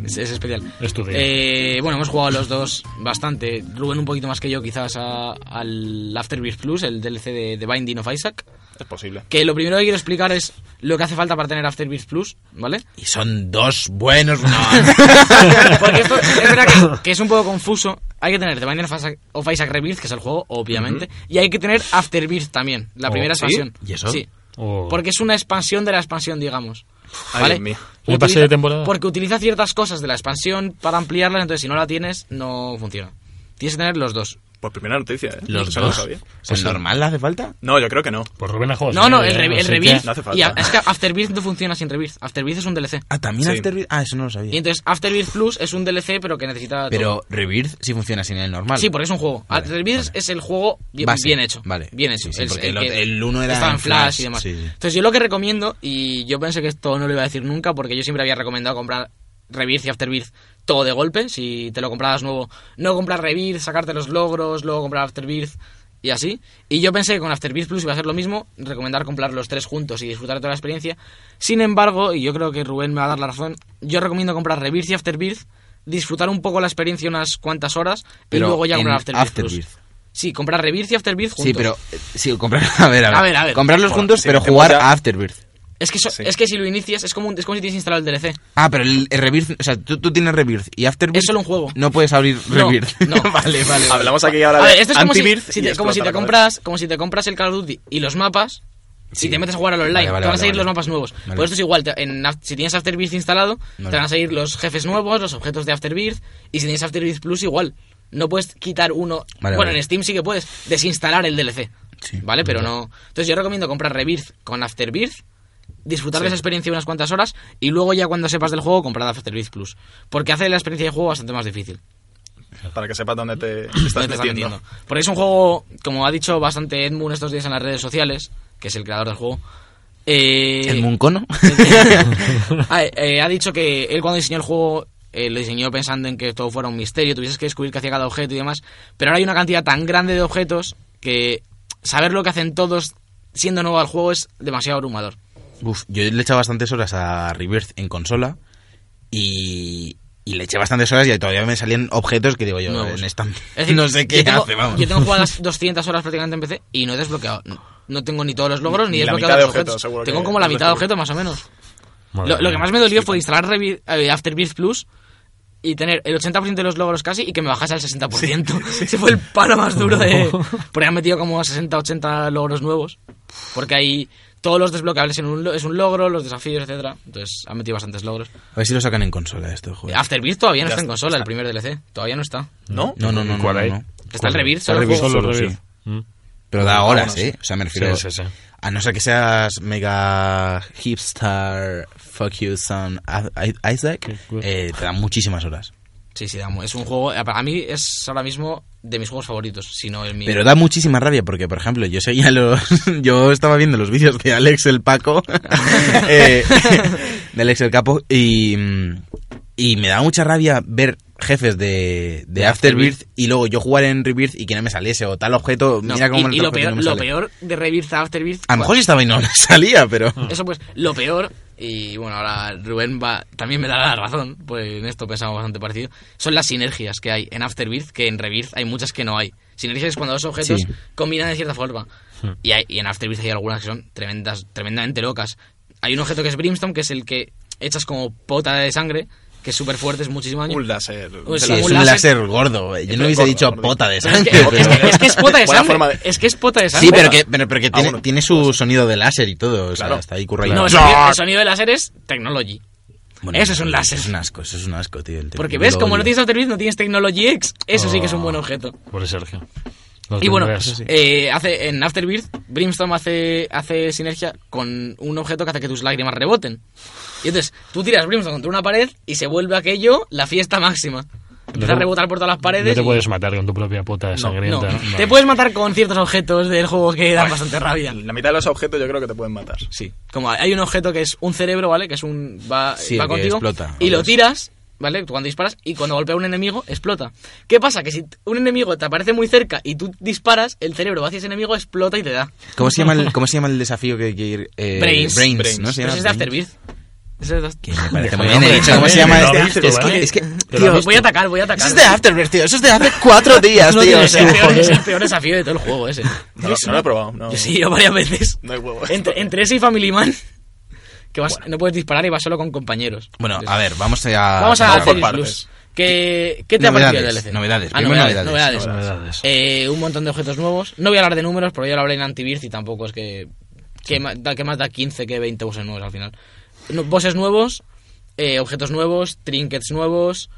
es- es especial.
Estudié.
Eh, bueno, hemos jugado los dos bastante. Rubén un poquito más que yo, quizás, a- al Afterbirth Plus, el DLC de, de Binding of Isaac.
Es posible.
Que lo primero que quiero explicar es lo que hace falta para tener Afterbirth Plus, ¿vale?
Y son dos
<laughs>
buenos. No,
Porque esto es verdad que, que es un poco confuso. Hay que tener The Binding of Isaac, of Isaac Rebirth, que es el juego, obviamente. Y hay que tener Afterbirth también, la
Oh,
primera
¿sí?
expansión.
¿Y eso?
Sí.
Oh.
Porque es una expansión de la expansión, digamos.
Ay,
¿Vale?
Dios mío.
¿Un pase de temporada?
Porque utiliza ciertas cosas de la expansión para ampliarlas, entonces si no la tienes, no funciona. Tienes que tener los dos.
Por primera noticia, ¿eh?
Los
Eso no lo
dos.
Pues
sabía.
¿Es normal? ¿Hace falta?
No, yo creo que no.
Pues Rubén ha jugado.
No, no,
¿eh?
el, re-
Así
pues
el
que-
Rebirth.
No hace falta.
y a- es que Afterbirth no funciona sin Rebirth. Afterbirth es un DLC.
Ah, también
Sí.
Afterbirth. Ah, eso no lo sabía.
Y entonces Afterbirth Plus es un DLC, pero que necesita. todo.
Pero Rebirth sí funciona sin el normal.
Sí, porque es un juego.
Vale,
Afterbirth es el juego bien,
Base,
bien hecho.
vale.
Bien hecho.
Sí, sí, porque
el
lo-
que
el uno era
estaba
en
en Flash,
Flash,
y demás.
sí, sí.
Entonces yo lo que recomiendo, y yo pensé que esto no lo iba a decir nunca, porque yo siempre había recomendado comprar Rebirth y Afterbirth todo de golpe. Si te lo comprabas nuevo, no comprar Rebirth, sacarte los logros, luego comprar Afterbirth y así. Y yo pensé que con Afterbirth Plus iba a ser lo mismo, recomendar comprar los tres juntos y disfrutar de toda la experiencia. Sin embargo, y yo creo que Rubén me va a dar la razón, yo recomiendo comprar Rebirth y Afterbirth, disfrutar un poco la experiencia unas cuantas horas
Pero
y luego ya
en
comprar Afterbirth,
Afterbirth.
Plus. Sí, comprar Rebirth y Afterbirth juntos.
Sí, pero. eh, Sí, comprar. <laughs> A ver, a ver.
A ver, a ver.
Comprarlos
Bueno,
juntos,
sí,
pero
te
jugar
voy a-
a Afterbirth.
Es que, eso-
Sí.
es que si lo inicias, es como, un- es como si tienes instalado el DLC.
Ah, pero el, el Rebirth. O sea, tú, tú tienes Rebirth y Afterbirth.
Es solo un juego.
No puedes abrir
No,
Rebirth.
no. <laughs>
<laughs> vale, vale. vale.
Hablamos aquí ahora
a
de
ver, esto es como si,
Antivirth
si
y
te, como si
explota
te
la cabeza.
compras, como si te compras el Call of Duty y los mapas,
Sí.
si te metes a jugar al online,
Vale, vale,
te van a
vale,
salir los
vale.
mapas nuevos.
Vale.
Por esto es igual, te- en Af- si tienes Afterbirth instalado,
Vale.
te van a salir los jefes nuevos, los objetos de Afterbirth, y si tienes Afterbirth Plus igual. No puedes quitar uno.
Vale,
bueno,
vale.
en Steam sí que puedes desinstalar el DLC.
Sí.
¿Vale? Pero no. Entonces yo recomiendo comprar Rebirth con Afterbirth, disfrutar de esa experiencia unas cuantas horas y luego ya cuando sepas del juego comprar Afterbirth Plus. Porque hace la experiencia de juego bastante más difícil.
Para que sepas dónde te estás
No te estás
metiendo.
metiendo. Porque es un juego, como ha dicho bastante Edmund estos días en las redes sociales, que es el creador del juego. eh,
¿El Muncono?
<laughs> ah, eh, ha dicho que él cuando diseñó el juego eh, lo diseñó pensando en que todo fuera un misterio, tuvieses que descubrir qué hacía cada objeto y demás. Pero ahora hay una cantidad tan grande de objetos que saber lo que hacen todos siendo nuevo al juego es demasiado abrumador.
<laughs> Uf, yo le he echado bastantes horas a Rebirth en consola y, y le eché bastantes horas y todavía me salían objetos que digo yo,
Nuevos.
en esta
Es
<laughs>
decir,
no sé qué
yo tengo,
hace, vamos.
Yo tengo jugadas 200 horas prácticamente en PC y no he desbloqueado. No, no tengo ni todos los logros ni,
Ni la
desbloqueado
mitad de
los
objetos,
objetos.
seguro
tengo
que
como la
no
mitad de
desbloqueas.
objetos más o menos.
Madre
Lo, lo que
mía.
más me dolió fue instalar Revi- eh, Afterbirth Plus y tener el 80% de los logros casi y que me bajase al 60%. <laughs> Ese fue el palo más duro de... Porque han metido como 60, 80 logros nuevos. Porque hay... Todos los desbloqueables en un lo- es un logro, los desafíos, etcétera Entonces han metido bastantes logros.
A ver si lo sacan en consola esto, joder.
Afterbirth todavía no
Ya
está en
está,
consola, el primer DLC. Todavía no está.
¿No?
No, no, no, no,
¿Cuál
no,
hay?
no.
Está el Rebirth, solo el
Rebirth
juego.
solo,
Rebirth.
sí.
Mm.
Pero da horas,
sí.
¿eh? O sea, me refiero...
Sí, sí, sí.
A no ser que seas mega hipster, fuck you son A- I- Isaac,
cool.
eh, te dan muchísimas horas.
Sí, sí, da mu- es un juego. Para mí es ahora mismo de mis juegos favoritos, si no el mío.
Pero da muchísima rabia porque, por ejemplo, yo seguía <laughs> los. Yo estaba viendo los vídeos de Alex el Paco. <laughs> eh, de Alex el Capo. Y. mm, Y me daba mucha rabia ver jefes de, de Afterbirth y luego yo jugar en Rebirth y que no me saliese o tal objeto.
No,
mira cómo
y,
en el
y lo,
objeto
peor,
no me
lo
sale.
peor de Rebirth a Afterbirth.
A lo mejor sí estaba y no me <laughs> salía, pero.
bueno, Eso pues, lo peor. Y bueno, ahora Rubén va, también me dará la razón, pues en esto pensamos bastante parecido. Son las sinergias que hay en Afterbirth, que en Rebirth hay muchas que no hay. Sinergias es cuando dos objetos
Sí.
combinan de cierta forma. Y, hay- y en Afterbirth hay algunas que son tremendas, tremendamente locas. Hay un objeto que es Brimstone, que es el que echas como pota de sangre, que es súper fuerte, es muchísimo daño.
Un láser.
Pues
de
Sí,
un
es
láser.
un
láser-
láser gordo. Yo no hubiese
gordo,
dicho
gordo.
pota de
Pero es,
sangre.
que,
<laughs>
es, que,
pero-
es que es pota de
Buena
sangre.
forma de-
Es que es pota de sangre. Ah,
Sí, pero que, pero, pero que tiene,
bueno.
tiene su sonido de láser y todo. O sea,
Claro.
está ahí currado.
Pues- No, el sonido, el sonido de láser es technology.
Bueno,
eso es un
Eso es
láser.
un asco, eso es un asco, tío. el te-
Porque
yo
ves,
lo
como
odio.
no tienes After Effects, no tienes Technology X. Eso sí que es un buen
Oh.
objeto.
Pobre Sergio. Lo
Y bueno,
tendrás.
eh, hace, en Afterbirth, Brimstone hace, hace sinergia con un objeto que hace que tus lágrimas reboten. Y entonces, tú tiras Brimstone contra una pared y se vuelve aquello la fiesta máxima. Empieza
No
a
te-
rebotar por todas las paredes.
No te
y-
puedes matar con tu propia pota
No, no.
sangrienta. Vale. Pues
Te puedes matar con ciertos objetos del juego que dan bastante rabia.
La mitad de los objetos yo creo que te pueden matar.
Sí. Como hay un objeto que es un cerebro, ¿vale? Que es un. va,
Sí,
va
el que
contigo.
explota,
y lo
¿no?
tiras. ¿vale? Cuando disparas y cuando golpea a un enemigo, explota. ¿Qué pasa? Que si t- un enemigo te aparece muy cerca y tú disparas, el cerebro va hacia ese enemigo, explota y te da.
¿Cómo se llama el, cómo se llama el desafío que hay que ir? eh,
Brains.
Brains.
¿no?
Pero
Se llama
ese es de
Brains.
Afterbirth. Ese es de
Que me parece muy
Déjame,
bien. He
hombre,
dicho, ¿cómo se
déjame,
llama
lo
este?
has visto,
es
¿vale?
que, es que,
Te lo
tío,
has
Voy a atacar, voy a atacar.
eso es de Afterbirth, tío. Eso es de hace cuatro días,
No
tío.
tiene
o sea.
sentido, es el, peor, desafío de todo el juego ese.
No, no lo he probado. No,
Yo sí, yo varias veces.
no hay huevo.
Entre, entre ese y Family Man, que vas, no puedes disparar y vas solo con compañeros.
Bueno,
Entonces,
a ver, vamos a...
Vamos a
vamos por
hacer
partes.
Luz. ¿Qué, ¿Qué te ha parecido el
Novedades,
DLC?
novedades,
Ah,
primero
novedades,
novedades.
novedades.
Novedades.
Eh, un montón de objetos nuevos. No voy a hablar de números, porque ya lo hablé en Antivirth y tampoco es que. Que, ma- da, que más da 15 que 20 bosses nuevos al final. No, bosses nuevos, eh, objetos nuevos, trinkets nuevos,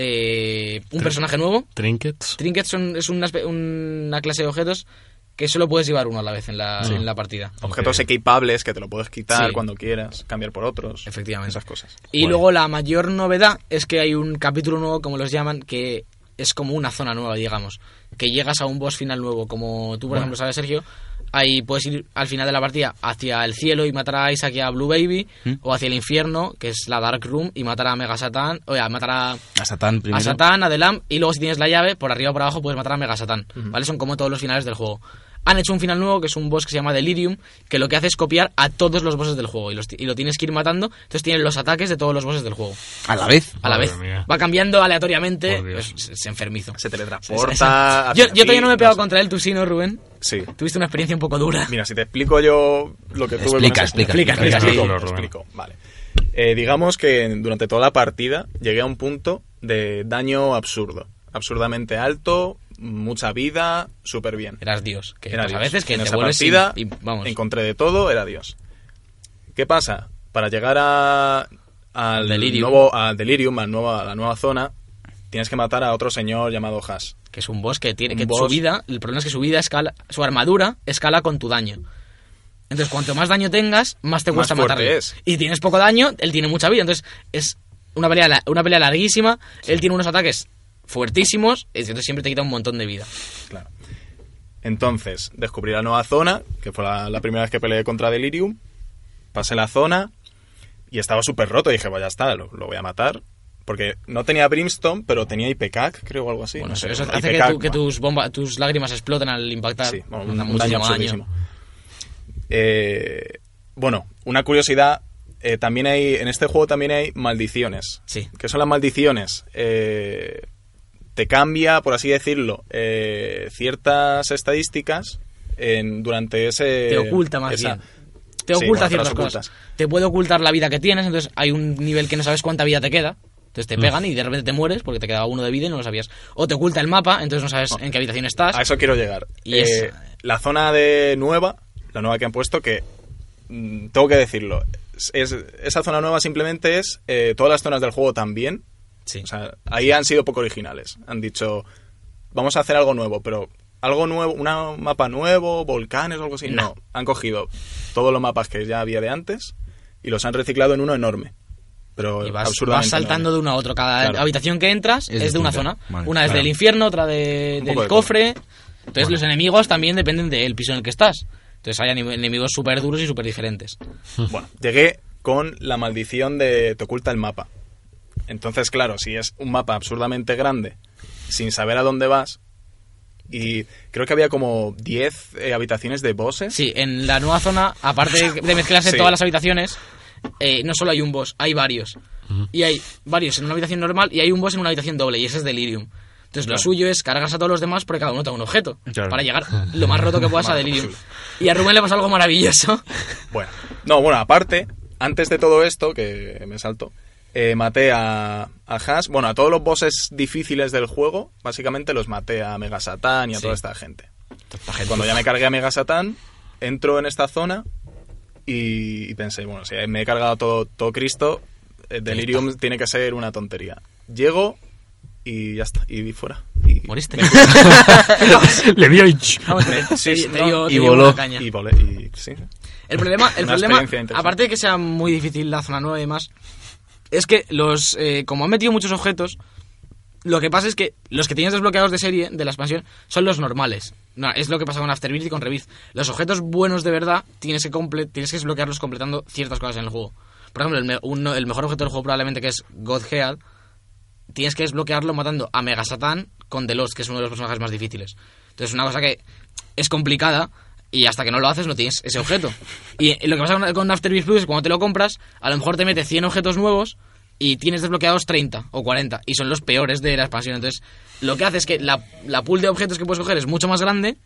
eh, un personaje nuevo.
Trinkets.
<laughs> Trinkets son, es una, espe- una clase de objetos que solo puedes llevar uno a la vez en la, en la partida.
Objetos equipables que te lo puedes quitar
Sí.
cuando quieras, cambiar por otros.
Efectivamente.
Esas cosas.
Y
Bueno.
luego la mayor novedad es que hay un capítulo nuevo, como los llaman, que es como una zona nueva, digamos. Que llegas a un boss final nuevo, como tú, por ejemplo, sabes, Sergio. Ahí puedes ir al final de la partida hacia el cielo y matar a Isaac y a Blue Baby, o hacia el infierno, que es la Dark Room, y matar a Mega Satan, o sea, matar a,
A Satán primero.
a Satán, a Delam, y luego si tienes la llave, por arriba o por abajo puedes matar a Mega Satán. ¿Vale? Son como todos los finales del juego. Han hecho un final nuevo que es un boss que se llama Delirium, que lo que hace es copiar a todos los bosses del juego y, los ti- y lo tienes que ir matando, entonces tienes los ataques de todos los bosses del juego
A la vez.
a la
Madre
vez.
mía.
Va cambiando aleatoriamente,
Por Dios.
pues, se, se enfermizo.
Se
Se- se-
teletransporta.
Yo,
hacia
yo todavía
ti,
no me he pegado
sé.
contra él, tú sí, ¿no, Rubén?
Sí.
Tuviste una experiencia un poco dura.
Mira, si te explico yo lo que tuve con
Explica,
ese-
Explica,
explica,
explica,
Explico,
explica.
explico, explico, vale. Eh, digamos que durante toda la partida llegué a un punto de daño absurdo. Absurdamente alto, mucha vida, súper bien.
Eras Dios. Que
Era
pasa a
Dios.
veces que
en
te
esa
vuelves y,
partida
y vamos.
encontré de todo, era Dios. ¿Qué pasa? Para llegar a, al
Delirium.
nuevo al Delirium, al nuevo- a la nueva zona, tienes que matar a otro señor llamado Haas.
Que es un boss que tiene
Un
que su
boss.
vida, el problema es que su vida escala, su armadura escala con tu daño. Entonces, cuanto más daño tengas, más te
Más
cuesta
fuerte
matarlo.
es.
Y tienes poco daño, él tiene mucha vida. Entonces, es una pelea, la- una pelea larguísima. Él tiene unos ataques fuertísimos, entonces siempre te quita un montón de vida.
Claro. Entonces, descubrí la nueva zona, que fue la, la primera vez que peleé contra Delirium. Pasé la zona y estaba súper roto. Dije, vaya, está, lo, lo voy a matar. Porque no tenía Brimstone, pero tenía IPCAC, creo, o algo así.
bueno,
no sé,
eso
bueno,
hace que,
IPCAC,
tu- que
bueno.
tus, bomba- tus lágrimas exploten al impactar.
Sí,
Da
bueno, un, un daño
muchísimo
absurdísimo. Eh, bueno, una curiosidad. eh, también hay. En este juego también hay maldiciones.
Sí.
¿Qué son las maldiciones? Eh, te cambia, por así decirlo, eh, ciertas estadísticas en- durante ese.
te oculta más
esa-
bien. Te
Sí,
oculta
bueno, te las
ciertas cosas.
ocultas.
Te puede ocultar la vida que tienes, entonces hay un nivel que no sabes cuánta vida te queda. Entonces
Mm.
te pegan y de repente te mueres porque te quedaba uno de vida y no lo sabías. O te oculta el mapa, entonces no sabes en qué habitación estás.
A Oh. Ah, eso quiero llegar.
Y
Eh,
es-
La zona de nueva, la nueva que han puesto, que mm, tengo que decirlo, es- es- esa zona nueva simplemente es eh, todas las zonas del juego también.
Sí.
O sea, ahí han sido poco originales. Han dicho, vamos a hacer algo nuevo, pero algo nuevo, una- un mapa nuevo, volcanes o algo así.
No.
No, han cogido todos los mapas que ya había de antes y los han reciclado en uno enorme. Pero
y vas,
pues absurdamente
vas saltando
enorme.
de uno a otro. Cada
Claro.
habitación que entras
Es
es, de una
distinta.
zona.
Vale,
una es
claro.
del infierno, otra de-
Un poco
del
de todo.
cofre. Entonces los enemigos también dependen del piso en el que estás. Entonces hay anim- enemigos súper duros y súper diferentes.
Bueno, llegué con la maldición de te oculta el mapa. Entonces, claro, si es un mapa absurdamente grande, sin saber a dónde vas, y creo que había como 10 eh, habitaciones de bosses.
Sí, en la nueva zona, aparte de mezclarse
<laughs> Sí.
todas las habitaciones, eh, no solo hay un boss, hay varios. Y hay varios en una habitación normal y hay un boss en una habitación doble, y ese es Delirium. Entonces lo suyo es cargas a todos los demás porque cada uno te da un objeto
Claro.
para llegar lo más roto
<laughs>
que puedas a Delirium. Y a Rubén le pasa algo maravilloso.
Bueno, no, bueno, aparte, antes de todo esto, que me salto, eh, maté a, a Haas, bueno, a todos los bosses difíciles del juego, básicamente los maté a Mega Satán y a
Sí.
toda esta gente. Cuando ya me cargué a Mega Satán, entro en esta zona y, y pensé, bueno, si me he cargado todo, todo Cristo, eh, Delirium tiene que ser una tontería. Llego y ya está, y fuera. Y
Moriste. <laughs>
Le dio y-
Vamos, te- te-
<laughs> Sí, sí,
te
no.
dio- te
Y
dio una
voló.
caña.
Y, volé, y sí.
El problema, el
Una
problema
experiencia interesante.
aparte de que sea muy difícil la zona 9 y demás, es que los eh, como han metido muchos objetos, lo que pasa es que los que tienes desbloqueados de serie de la expansión son los normales. No, es lo que pasa con Afterbirth y con Rebirth. Los objetos buenos de verdad tienes que comple- tienes que desbloquearlos completando ciertas cosas en el juego. Por ejemplo, el, me- uno- el mejor objeto del juego probablemente que es God Head, tienes que desbloquearlo matando a Megasatán con Delos, que es uno de los personajes más difíciles. Entonces, es una cosa que es complicada y hasta que no lo haces no tienes ese objeto. Y eh, lo que pasa con- con Afterbirth Plus es que cuando te lo compras, a lo mejor te mete 100 objetos nuevos y tienes desbloqueados 30 o 40 y son los peores de la expansión. Entonces, lo que hace es que la, la pool de objetos que puedes coger es mucho más grande,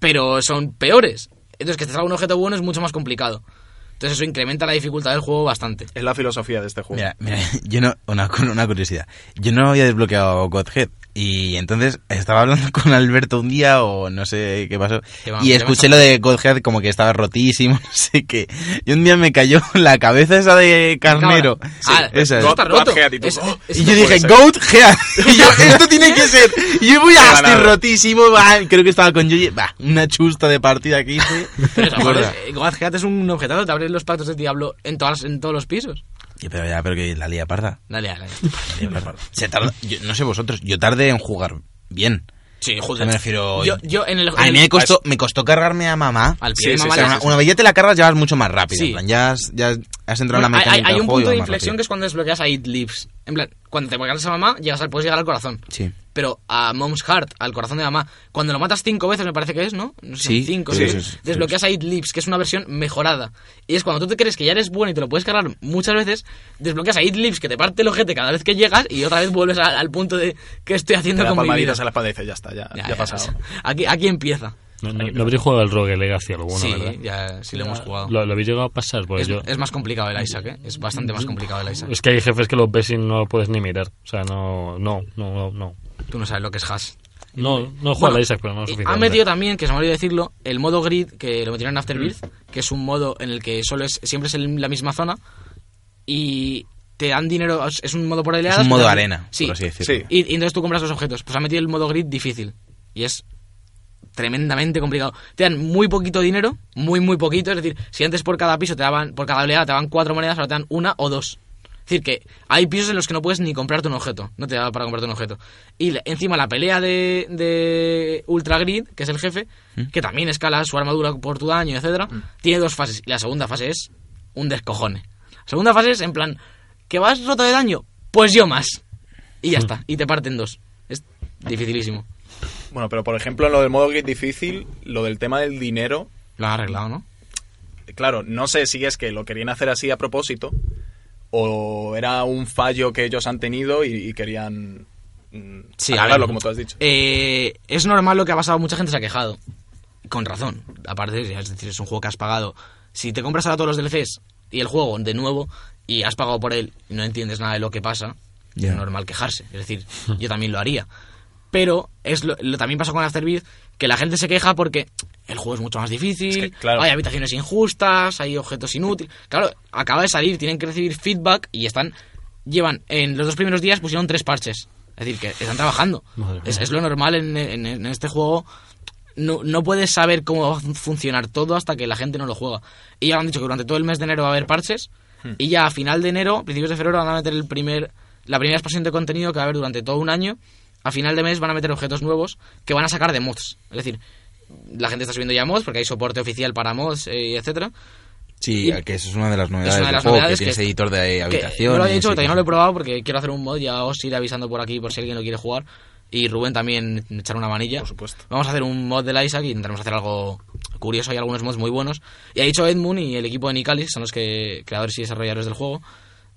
pero son peores. Entonces, que te salga un objeto bueno es mucho más complicado. Entonces, eso incrementa la dificultad del juego bastante.
Es la filosofía de este juego.
Mira, mira, <laughs> yo no, una, con una curiosidad. Yo no había desbloqueado Godhead. Y entonces estaba hablando <laughs> con Alberto un día o no sé qué pasó.
Te va-
y
te
escuché
vas
lo de Godhead como que estaba rotísimo, <laughs> no sé qué. Y un día me cayó <laughs> la cabeza esa de carnero.
Cabra.
Sí,
Ah,
esa es.
God- está roto.
Godhead, y tú,
Es-
"Oh".
es-
Y yo
no
dije,
puede ser.
Goat Head. Y yo, esto tiene que ser. Y yo voy
He
a estar
ganado.
rotísimo. va, Creo que estaba con Yoyi. Va, una chusta de partida aquí.
Pero aparte, eh, Godhead es un objeto, te abres los pactos de Diablo en, todas, en todos los pisos.
Pero ya, pero que la lía parda.
Dale, dale.
Se tarda, yo- no sé vosotros, yo tardé en jugar bien.
Sí,
Me refiero-
Yo, yo en el.
A mí
en-
me costó, me costó cargarme a mamá.
Al
Sí,
pie de
sí,
O
mamá
sí,
sea,
le-
una, una vez ya te la cargas, ya vas mucho más rápido.
Sí.
en plan, ya, has, ya has- has entrado en la
Bueno, hay,
mecánica
hay
del
un
juego y
punto de
vas más
inflexión que
rápido.
es cuando desbloqueas a It Lives. En plan, cuando te cargas a mamá, llegas al, puedes llegar al corazón.
Sí.
Pero a Mom's Heart, al corazón de mamá, cuando lo matas cinco veces, me parece que es, ¿no? No sé,
Sí,
cinco.
sí,
seis,
sí, sí, sí.
desbloqueas a It Lives, que es una versión mejorada. Y es cuando tú te crees que ya eres bueno y te lo puedes cargar muchas veces, desbloqueas a It Lives, que te parte el ojete cada vez que llegas y otra vez vuelves a- al punto de que estoy
Te
haciendo
da
con mi vida.
palmaditas a la espalda y dices, ya está, ya, ya, ha pasado.
Aquí, aquí empieza.
No, no, no habría jugado al Rogue Legacy alguno,
sí,
¿verdad?
ya sí lo hemos jugado.
Lo, lo habéis llegado a pasar,
pues
porque
es,
yo...
es más complicado el Isaac, ¿eh? Es bastante más complicado el Isaac.
Es que hay jefes que los ves y no lo puedes ni mirar. O sea, no, no, no, no. No,
Tú no sabes lo que es hash.
no, no he jugado
Bueno,
al Isaac, pero no es
y
suficiente.
Han metido también, que se me olvidó decirlo, el modo grid, que lo metieron en Afterbirth,
Mm.
que es un modo en el que solo es, siempre es en la misma zona y te dan dinero, es es un modo por oleadas.
Es un
que
modo
te dan-
arena,
Sí,
por así decirlo.
Sí.
Y, y entonces tú compras los objetos. Pues han metido el modo grid difícil y es tremendamente complicado. Te dan muy poquito dinero, muy, muy poquito. Es decir, si antes por cada piso te daban, por cada oleada te daban cuatro monedas, ahora te dan una o dos. Es decir, que hay pisos en los que no puedes ni comprarte un objeto. No te da para comprarte un objeto. Y la- encima la pelea de, de Ultra Grid, que es el jefe, que también escala su armadura por tu daño, etcétera, tiene dos fases. Y la segunda fase es un descojone. La segunda fase es en plan, ¿que vas roto de daño? Pues yo más. Y
Hmm.
ya está. Y te parten dos. Es dificilísimo.
Bueno, pero por ejemplo, en lo del modo grid difícil, lo del tema del dinero,
Lo han arreglado, ¿no?
claro, no sé si es que lo querían hacer así a propósito o era un fallo que ellos han tenido y, y querían mm,
a
arreglarlo,
ver.
como tú has dicho.
Eh, es normal lo que ha pasado, mucha gente se ha quejado. Con razón. Aparte, es decir, es un juego que has pagado. Si te compras ahora todos los DLCs y el juego de nuevo y has pagado por él y no entiendes nada de lo que pasa,
Ya.
es normal quejarse. Es decir, <laughs> yo también lo haría. Pero es lo, lo- también pasa con Afterbirth, que la gente se queja porque el juego es mucho más difícil,
Es que, claro.
hay habitaciones injustas, hay objetos inútiles. Claro, acaba de salir, tienen que recibir feedback y están. Llevan. En los dos primeros días pusieron tres parches. Es decir, que están trabajando.
Madre
Es,
mía.
es lo normal en, en- en este juego. No, no puedes saber cómo va a fun- funcionar todo hasta que la gente no lo juega. Y ya han dicho que durante todo el mes de enero va a haber parches. Y ya a final de enero, principios de febrero, van a meter el primer, la primera expansión de contenido que va a haber durante todo un año. A final de mes van a meter objetos nuevos que van a sacar de mods. Es decir, la gente está subiendo ya mods porque hay soporte oficial para mods, eh, etcétera.
Sí,
Y-
que eso es una de las novedades
Es una de
del
las
juego,
novedades
que tienes
que-
editor de
que
habitación.
No lo había dicho, todavía no lo he probado porque quiero hacer un mod, ya os iré avisando por aquí por si alguien lo quiere jugar. Y Rubén también me echar una manilla.
Por supuesto.
Vamos a hacer un mod del Isaac y intentaremos hacer algo curioso. Hay algunos mods muy buenos. Y ha dicho Edmund y el equipo de Nicalis, son los que creadores y desarrolladores del juego,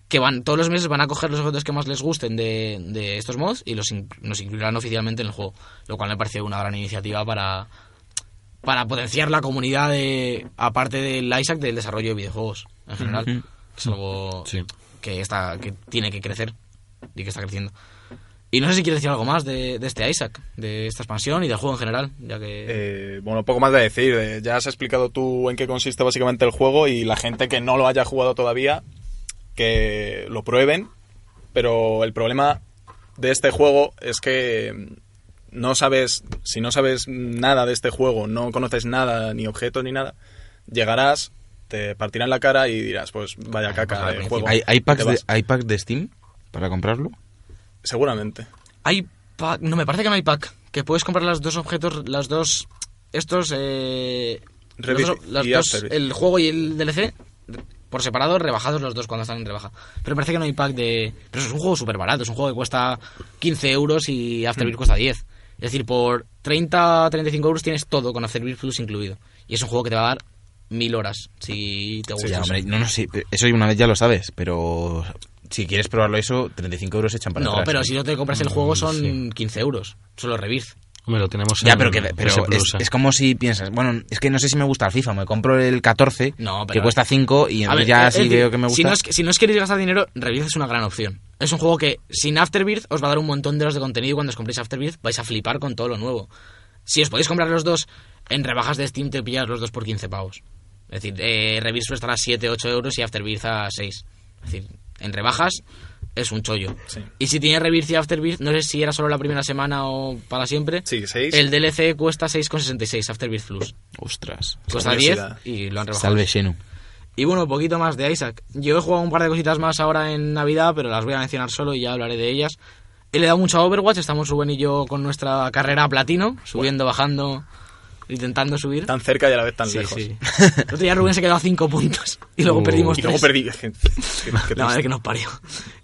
que van todos los meses van a coger los objetos que más les gusten de, de estos mods y los in- nos incluirán oficialmente en el juego. Lo cual me parece una gran iniciativa para, para potenciar la comunidad, de, aparte del Isaac, del desarrollo de videojuegos en general. Es algo
Sí.
que, está, que tiene que crecer y que está creciendo. Y no sé si quieres decir algo más de, de este Isaac, de esta expansión y del juego en general, ya que...
Eh, bueno, poco más de decir. eh, ya has explicado tú en qué consiste básicamente el juego y la gente que no lo haya jugado todavía, que lo prueben. Pero el problema de este juego es que mm, no sabes, si no sabes nada de este juego, no conoces nada, ni objetos ni nada, llegarás, te partirán la cara y dirás, pues vaya caca
Bajar al
de juego.
¿Hay, hay
Y
packs
te
de,
vas.
¿Hay packs de Steam para comprarlo?
Seguramente.
Hay pack... No, me parece que no hay pack. Que puedes comprar los dos objetos, las dos... Estos... Eh, los
Revis-
dos- las
y
dos-
Afterbirth.
el juego y el DLC por por separado, rebajados los dos cuando están en rebaja. Pero parece que no hay pack de... Pero eso es un juego súper barato, es un juego que cuesta 15 euros y Afterbirth cuesta 10. Es decir, por 30, 35 euros tienes todo con Afterbirth Plus incluido. Y es un juego que te va a dar mil horas, si te gusta.
Ya, hombre, no, no, sí, eso una vez ya lo sabes, pero si quieres probarlo eso, 35 euros echan para
no,
atrás.
pero
¿eh?
si no te compras el
Mm,
juego son
sí.
15 euros, solo Rebirth.
Hombre, lo tenemos
Ya,
en
pero, que,
PS
pero
Plus,
es,
¿eh?
es como si piensas, bueno, es que no sé si me gusta el FIFA, me compro el 14,
No, pero-
que cuesta 5, y
A ver,
entonces ya
es
eh, si
decir,
veo que me gusta...
Si no, os, si no os queréis gastar dinero, Rebirth es una gran opción. Es un juego que sin Afterbirth os va a dar un montón de horas de contenido y cuando os compréis Afterbirth vais a flipar con todo lo nuevo. Si os podéis comprar los dos en rebajas de Steam, te pillas los dos por 15 pavos. Es decir, eh, Rebirth suele estar a 7, 8 euros y Afterbirth a 6. Es decir, en rebajas es un chollo.
Sí.
Y si tienes Rebirth y Afterbirth, no sé si era solo la primera semana o para siempre.
Sí, seis.
El DLC cuesta 6,66 Afterbirth Plus.
Ostras,
Cuesta 10
curiosidad.
y lo han rebajado.
salve Shenu.
Y bueno, poquito más de Isaac. Yo he jugado un par de cositas más ahora en Navidad, pero las voy a mencionar solo y ya hablaré de ellas. He le dado mucho a Overwatch, estamos Rubén y yo con nuestra carrera a platino, subiendo, bajando, intentando subir.
Tan cerca y a la vez tan
sí,
lejos.
sí. El otro día Rubén se quedó a 5 puntos y luego
Uh.
perdimos
Y
3.
luego perdí. <laughs> Qué-
<laughs>
qué
La madre
triste.
que nos parió.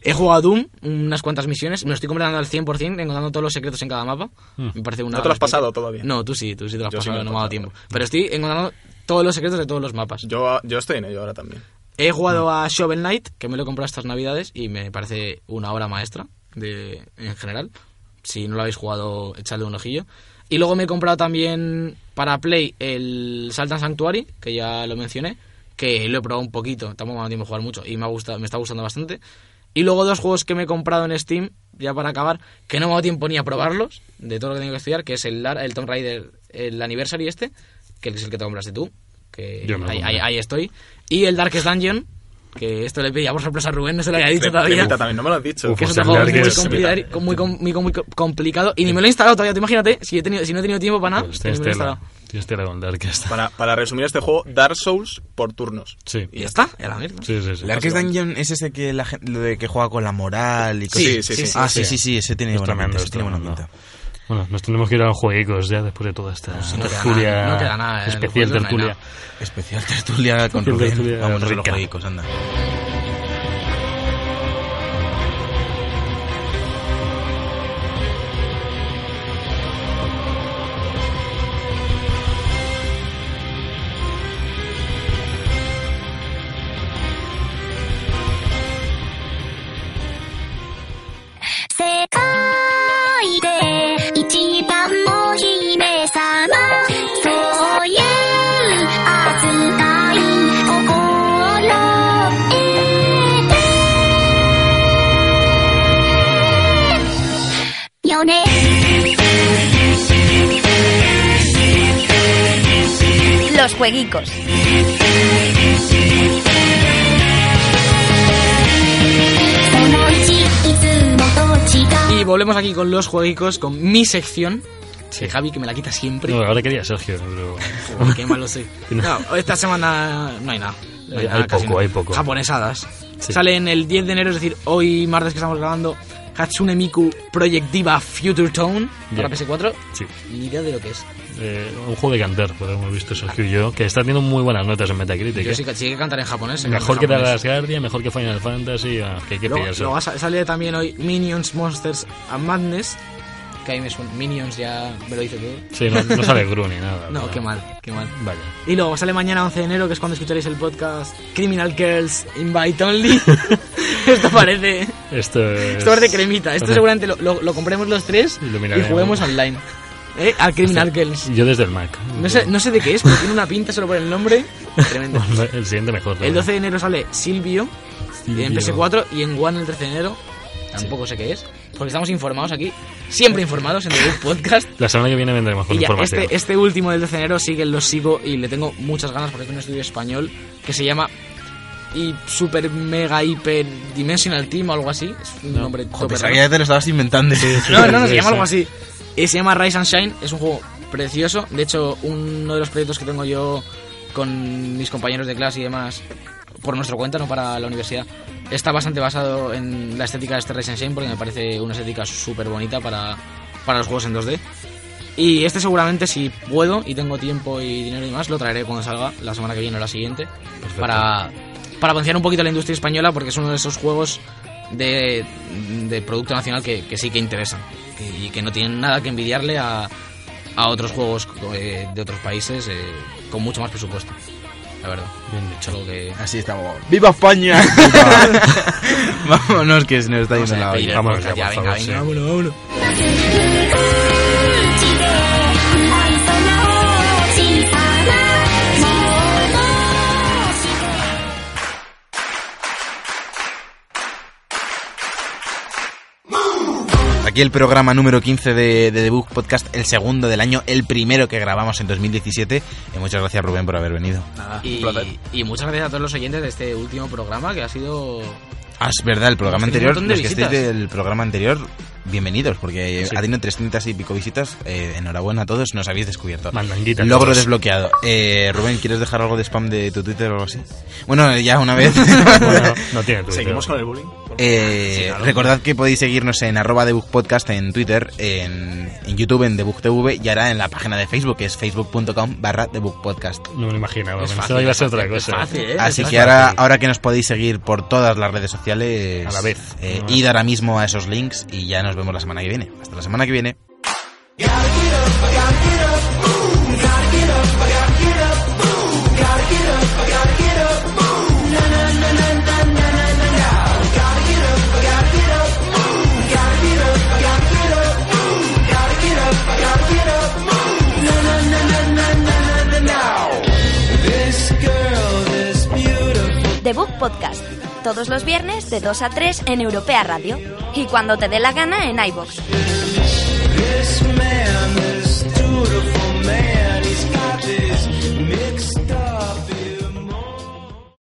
He jugado a Doom unas cuantas misiones. Me lo estoy completando al 100%, encontrando todos los secretos en cada mapa. Me parece una
Hmm. ¿No te lo has pasado todavía?
No, tú sí, tú sí te lo has
Yo sí
pasado,
me lo he
no me ha dado
pasado.
tiempo. Pero estoy encontrando todos los secretos de todos los mapas.
Yo, yo estoy en ello ahora también.
He jugado a Shovel Knight, que me lo he comprado estas navidades y me parece una obra maestra de, en general. Si no lo habéis jugado, echadle un ojillo. Y luego me he comprado también para Play el Saltan Sanctuary, que ya lo mencioné, que lo he probado un poquito, tampoco me ha dado tiempo de jugar mucho y me, ha gustado, me está gustando bastante. Y luego dos juegos que me he comprado en Steam, ya para acabar, que no me ha dado tiempo ni a probarlos, de todo lo que tengo que estudiar, que es el, Lar- el Tomb Raider, el Anniversary este, que es el que te compraste tú, que
Yo me lo
ahí-
compré.
ahí- ahí estoy. Y el Darkest Dungeon, que esto le pilla por sorpresa a Rubén, no se lo había dicho
Te-
todavía.
Clementa, también no me lo has dicho.
Uf,
Que es
o sea,
otro juego muy,
Darkest-
complicado, muy, com- muy, com- muy co- complicado. Y ni me lo he instalado todavía, tú imagínate, si, he tenido, si no he tenido tiempo para nada,
Pues
ni me
tienes
lo he
tela.
instalado.
Tienes tela con Darkest.
Para, para resumir este juego, Dark Souls por turnos.
Sí.
Y ya está, ya la mierda.
Sí, sí, sí.
Pues ¿El Darkest Dungeon es ese que, la, gen- lo de que juega con la moral y cosas?
Sí, sí, sí, sí.
Ah, sí,
sí.
sí, sí, ese tiene
Es
buena
tremendo,
pinta,
es
ese tiene buena
tremendo.
pinta.
Bueno, nos tenemos que ir a los juegos ya después de toda esta
Pues no queda
tertulia
nada, no queda nada, eh,
especial
los juegos no hay
tertulia.
nada.
Especial tertulia con
Especial tertulia
Rubén. Vámonos a los
rica.
jueguicos, anda.
世界で一番の姫様そういう扱い心得てよね
Los jueguicos.
「その1いつもと違う」
Y volvemos aquí con los jueguicos, con mi sección.
Sí.
Que Javi, que me la quita siempre.
No, ahora quería Sergio, pero...
Joder, qué
<laughs>
malo soy.
No.
No, esta semana no hay nada. No
Hay-
nada,
hay
casi
poco, hay poco.
Japonesadas.
Sí.
Salen el 10 de enero, es decir, hoy martes que estamos grabando, Hatsune Miku Project Diva Future Tone para
Ya.
PS4.
Sí.
Ni idea de lo que es.
Eh, un juego de cantar, por lo hemos visto Sergio y yo, que está teniendo muy buenas notas en Metacritic.
Yo
¿eh?
sí que, sí que cantar en japonés.
Mejor que The
tal
Last Guardian, mejor que Final Fantasy, ah, que hay que
Luego,
pillarse.
luego sa- sale también hoy Minions, Monsters and Madness. Que ahí me suena. Minions ya me lo dice todo.
Sí, no, no sale Gru ni nada.
No,
pero-
qué mal, qué mal.
Vale.
Y luego sale mañana 11 de enero, que es cuando escucharéis el podcast Criminal Girls Invite Only. <laughs> Esto parece...
Esto es...
Esto parece cremita. Esto
Ajá.
seguramente lo, lo- lo compremos los tres
Y lo
y
miraremos.
juguemos online. ¿Eh? Al Criminal
Este.
Girls.
Yo desde el Mac.
No sé, no sé de qué es, pero tiene una pinta solo por el nombre. Tremendo.
<laughs> El siguiente mejor.
El 12 de enero sale Silvio,
Silvio.
en PS4 y en One el 13 de enero. Tampoco sé qué es. Porque estamos informados aquí. Siempre informados en The Good
<laughs>
Podcast.
La semana que viene vendremos con
Y ya,
información.
este, este último del 12 de enero sí que lo sigo y le tengo muchas ganas porque es un estudio español que se llama y Super Mega Hyper Dimensional Team o algo así. Es un nombre
Joder,
tope
pensaba
raro.
que ya te lo estabas inventando.
<laughs>
No, no, no, se
Sí,
llama
sí.
algo así. Eh, se llama Rise and Shine, es un juego precioso. De hecho, uno de los proyectos que tengo yo con mis compañeros de clase y demás, por nuestra cuenta, no para la universidad, está bastante basado en la estética de este Rise and Shine porque me parece una estética súper bonita para, para los juegos en 2D. Y este seguramente si puedo y tengo tiempo y dinero y más, lo traeré cuando salga la semana que viene o la siguiente para para potenciar un poquito la industria española porque es uno de esos juegos de, de producto nacional que, que sí que interesan que- y que no tienen nada que envidiarle a, a otros juegos eh, de otros países eh, con mucho más presupuesto. La verdad.
Bien dicho.
Algo que-
Así estamos. ¡Viva <laughs> España! Vámonos, que se nos está
Vamos
yendo
a
la
despedir Pues
olla.
el
Vamos
podcast,
ya,
ya,
por
venga,
favor,
venga,
sí.
vámonos, vámonos.
無口で愛想の小さな物知識
Aquí el programa número 15 de, de The Book Podcast, el segundo del año, el primero que grabamos en 2017. Y muchas gracias, Rubén, por haber venido.
Nada, un
Y,
placer.
y muchas gracias a todos los oyentes de este último programa que ha sido.
Ah, es verdad, el programa
Hemos tenido
anterior,
un montón
los
de
que estéis
visitas.
del programa anterior, bienvenidos, porque eh,
Sí.
ha tenido 300 y pico visitas. Eh, enhorabuena a todos, nos habéis descubierto.
Mandanguita a
Logro
todos.
desbloqueado. Eh, Rubén, ¿quieres dejar algo de spam de tu Twitter o algo así? Bueno, ya
<laughs>
una vez.
Bueno, no tiene Twitter.
Seguimos con el bullying. por favor.
Eh,
Sí, claro.
recordad que podéis seguirnos en arroba debug podcast en Twitter, en, en YouTube, en debug TV y ahora en la página de Facebook, que es facebook.com barra debug podcast.
No me lo imaginaba,
Es
pensaba
fácil,
iba a ser
es
otra
fácil,
cosa.
es fácil, ¿eh?
Así
Es
que
fácil.
ahora, ahora que nos podéis seguir por todas las redes sociales,
A la vez.
eh,
No.
id ahora mismo a esos links y ya nos vemos la semana que viene. Hasta la semana que viene.
The Book Podcast. Todos los viernes de 2 a 3 en Europea Radio. Y cuando te dé la gana en iBox.